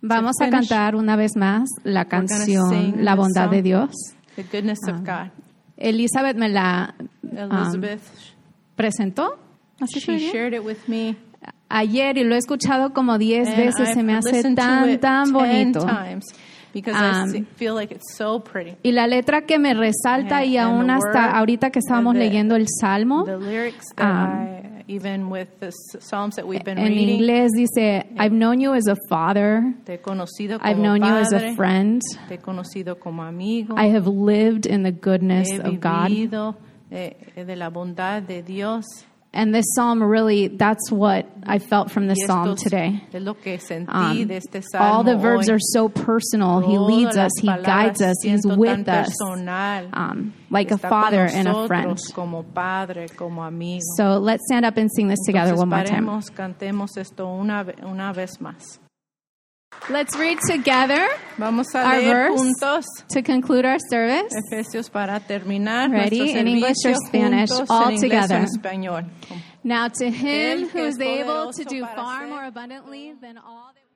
S11: vamos a
S2: finish,
S11: cantar una vez más la
S2: gonna sing
S11: canción La
S2: the
S11: bondad de
S2: song.
S11: Dios.
S2: The goodness of God.
S11: Elizabeth me la ah,
S2: Elizabeth,
S11: presentó. ¿Así se
S2: she
S11: diría?
S2: shared it with me.
S11: Ayer y lo he escuchado como 10
S2: and
S11: veces, se
S2: I've
S11: me hace
S2: listened to
S11: tan,
S2: it
S11: tan
S2: 10
S11: bonito.
S2: times because I
S11: Um,
S2: see- feel like it's so pretty.
S11: Y la letra que me resalta y
S2: And- and
S11: aún
S2: the
S11: hasta
S2: word,
S11: ahorita que estábamos
S2: the-
S11: leyendo el Salmo,
S2: The lyrics that
S11: um,
S2: I, even with the s- psalms that we've been
S11: en
S2: reading,
S11: inglés dice, I've known you as a father,
S2: te he conocido
S11: I've
S2: como
S11: known you as
S2: padre,
S11: a friend,
S2: te he conocido como amigo,
S11: I have lived in the goodness
S2: he
S11: of God.
S2: vivido eh, de, de la bondad de Dios.
S11: And this psalm really, that's what I felt from this
S2: y
S11: psalm
S2: esto
S11: today.
S2: Es lo que sentí
S11: Um,
S2: de este salmo
S11: all the verbs
S2: hoy.
S11: are so personal. He
S2: Todas
S11: leads us,
S2: las
S11: He guides
S2: palabras
S11: us, He's
S2: siento
S11: with
S2: tan
S11: us,
S2: personal.
S11: um, like a
S2: Está con
S11: father and a
S2: nosotros
S11: friend.
S2: Como padre, como amigo.
S11: So let's stand up and sing this together
S2: Entonces,
S11: one more time.
S2: paremos, cantemos esto una, ve- una vez más.
S11: Let's read together
S2: Vamos a
S11: Our
S2: leer
S11: verse.
S2: juntos
S11: to conclude our service.
S2: Efesios para terminar.
S11: Ready?
S2: nuestro
S11: In English or
S2: servicio
S11: Spanish?
S2: juntos,
S11: All
S2: en inglés o en
S11: together.
S2: español.
S11: Now to him
S2: Él que
S11: who
S2: es
S11: is able to
S2: poderoso
S11: do
S2: para
S11: far
S2: hacer
S11: more abundantly than all that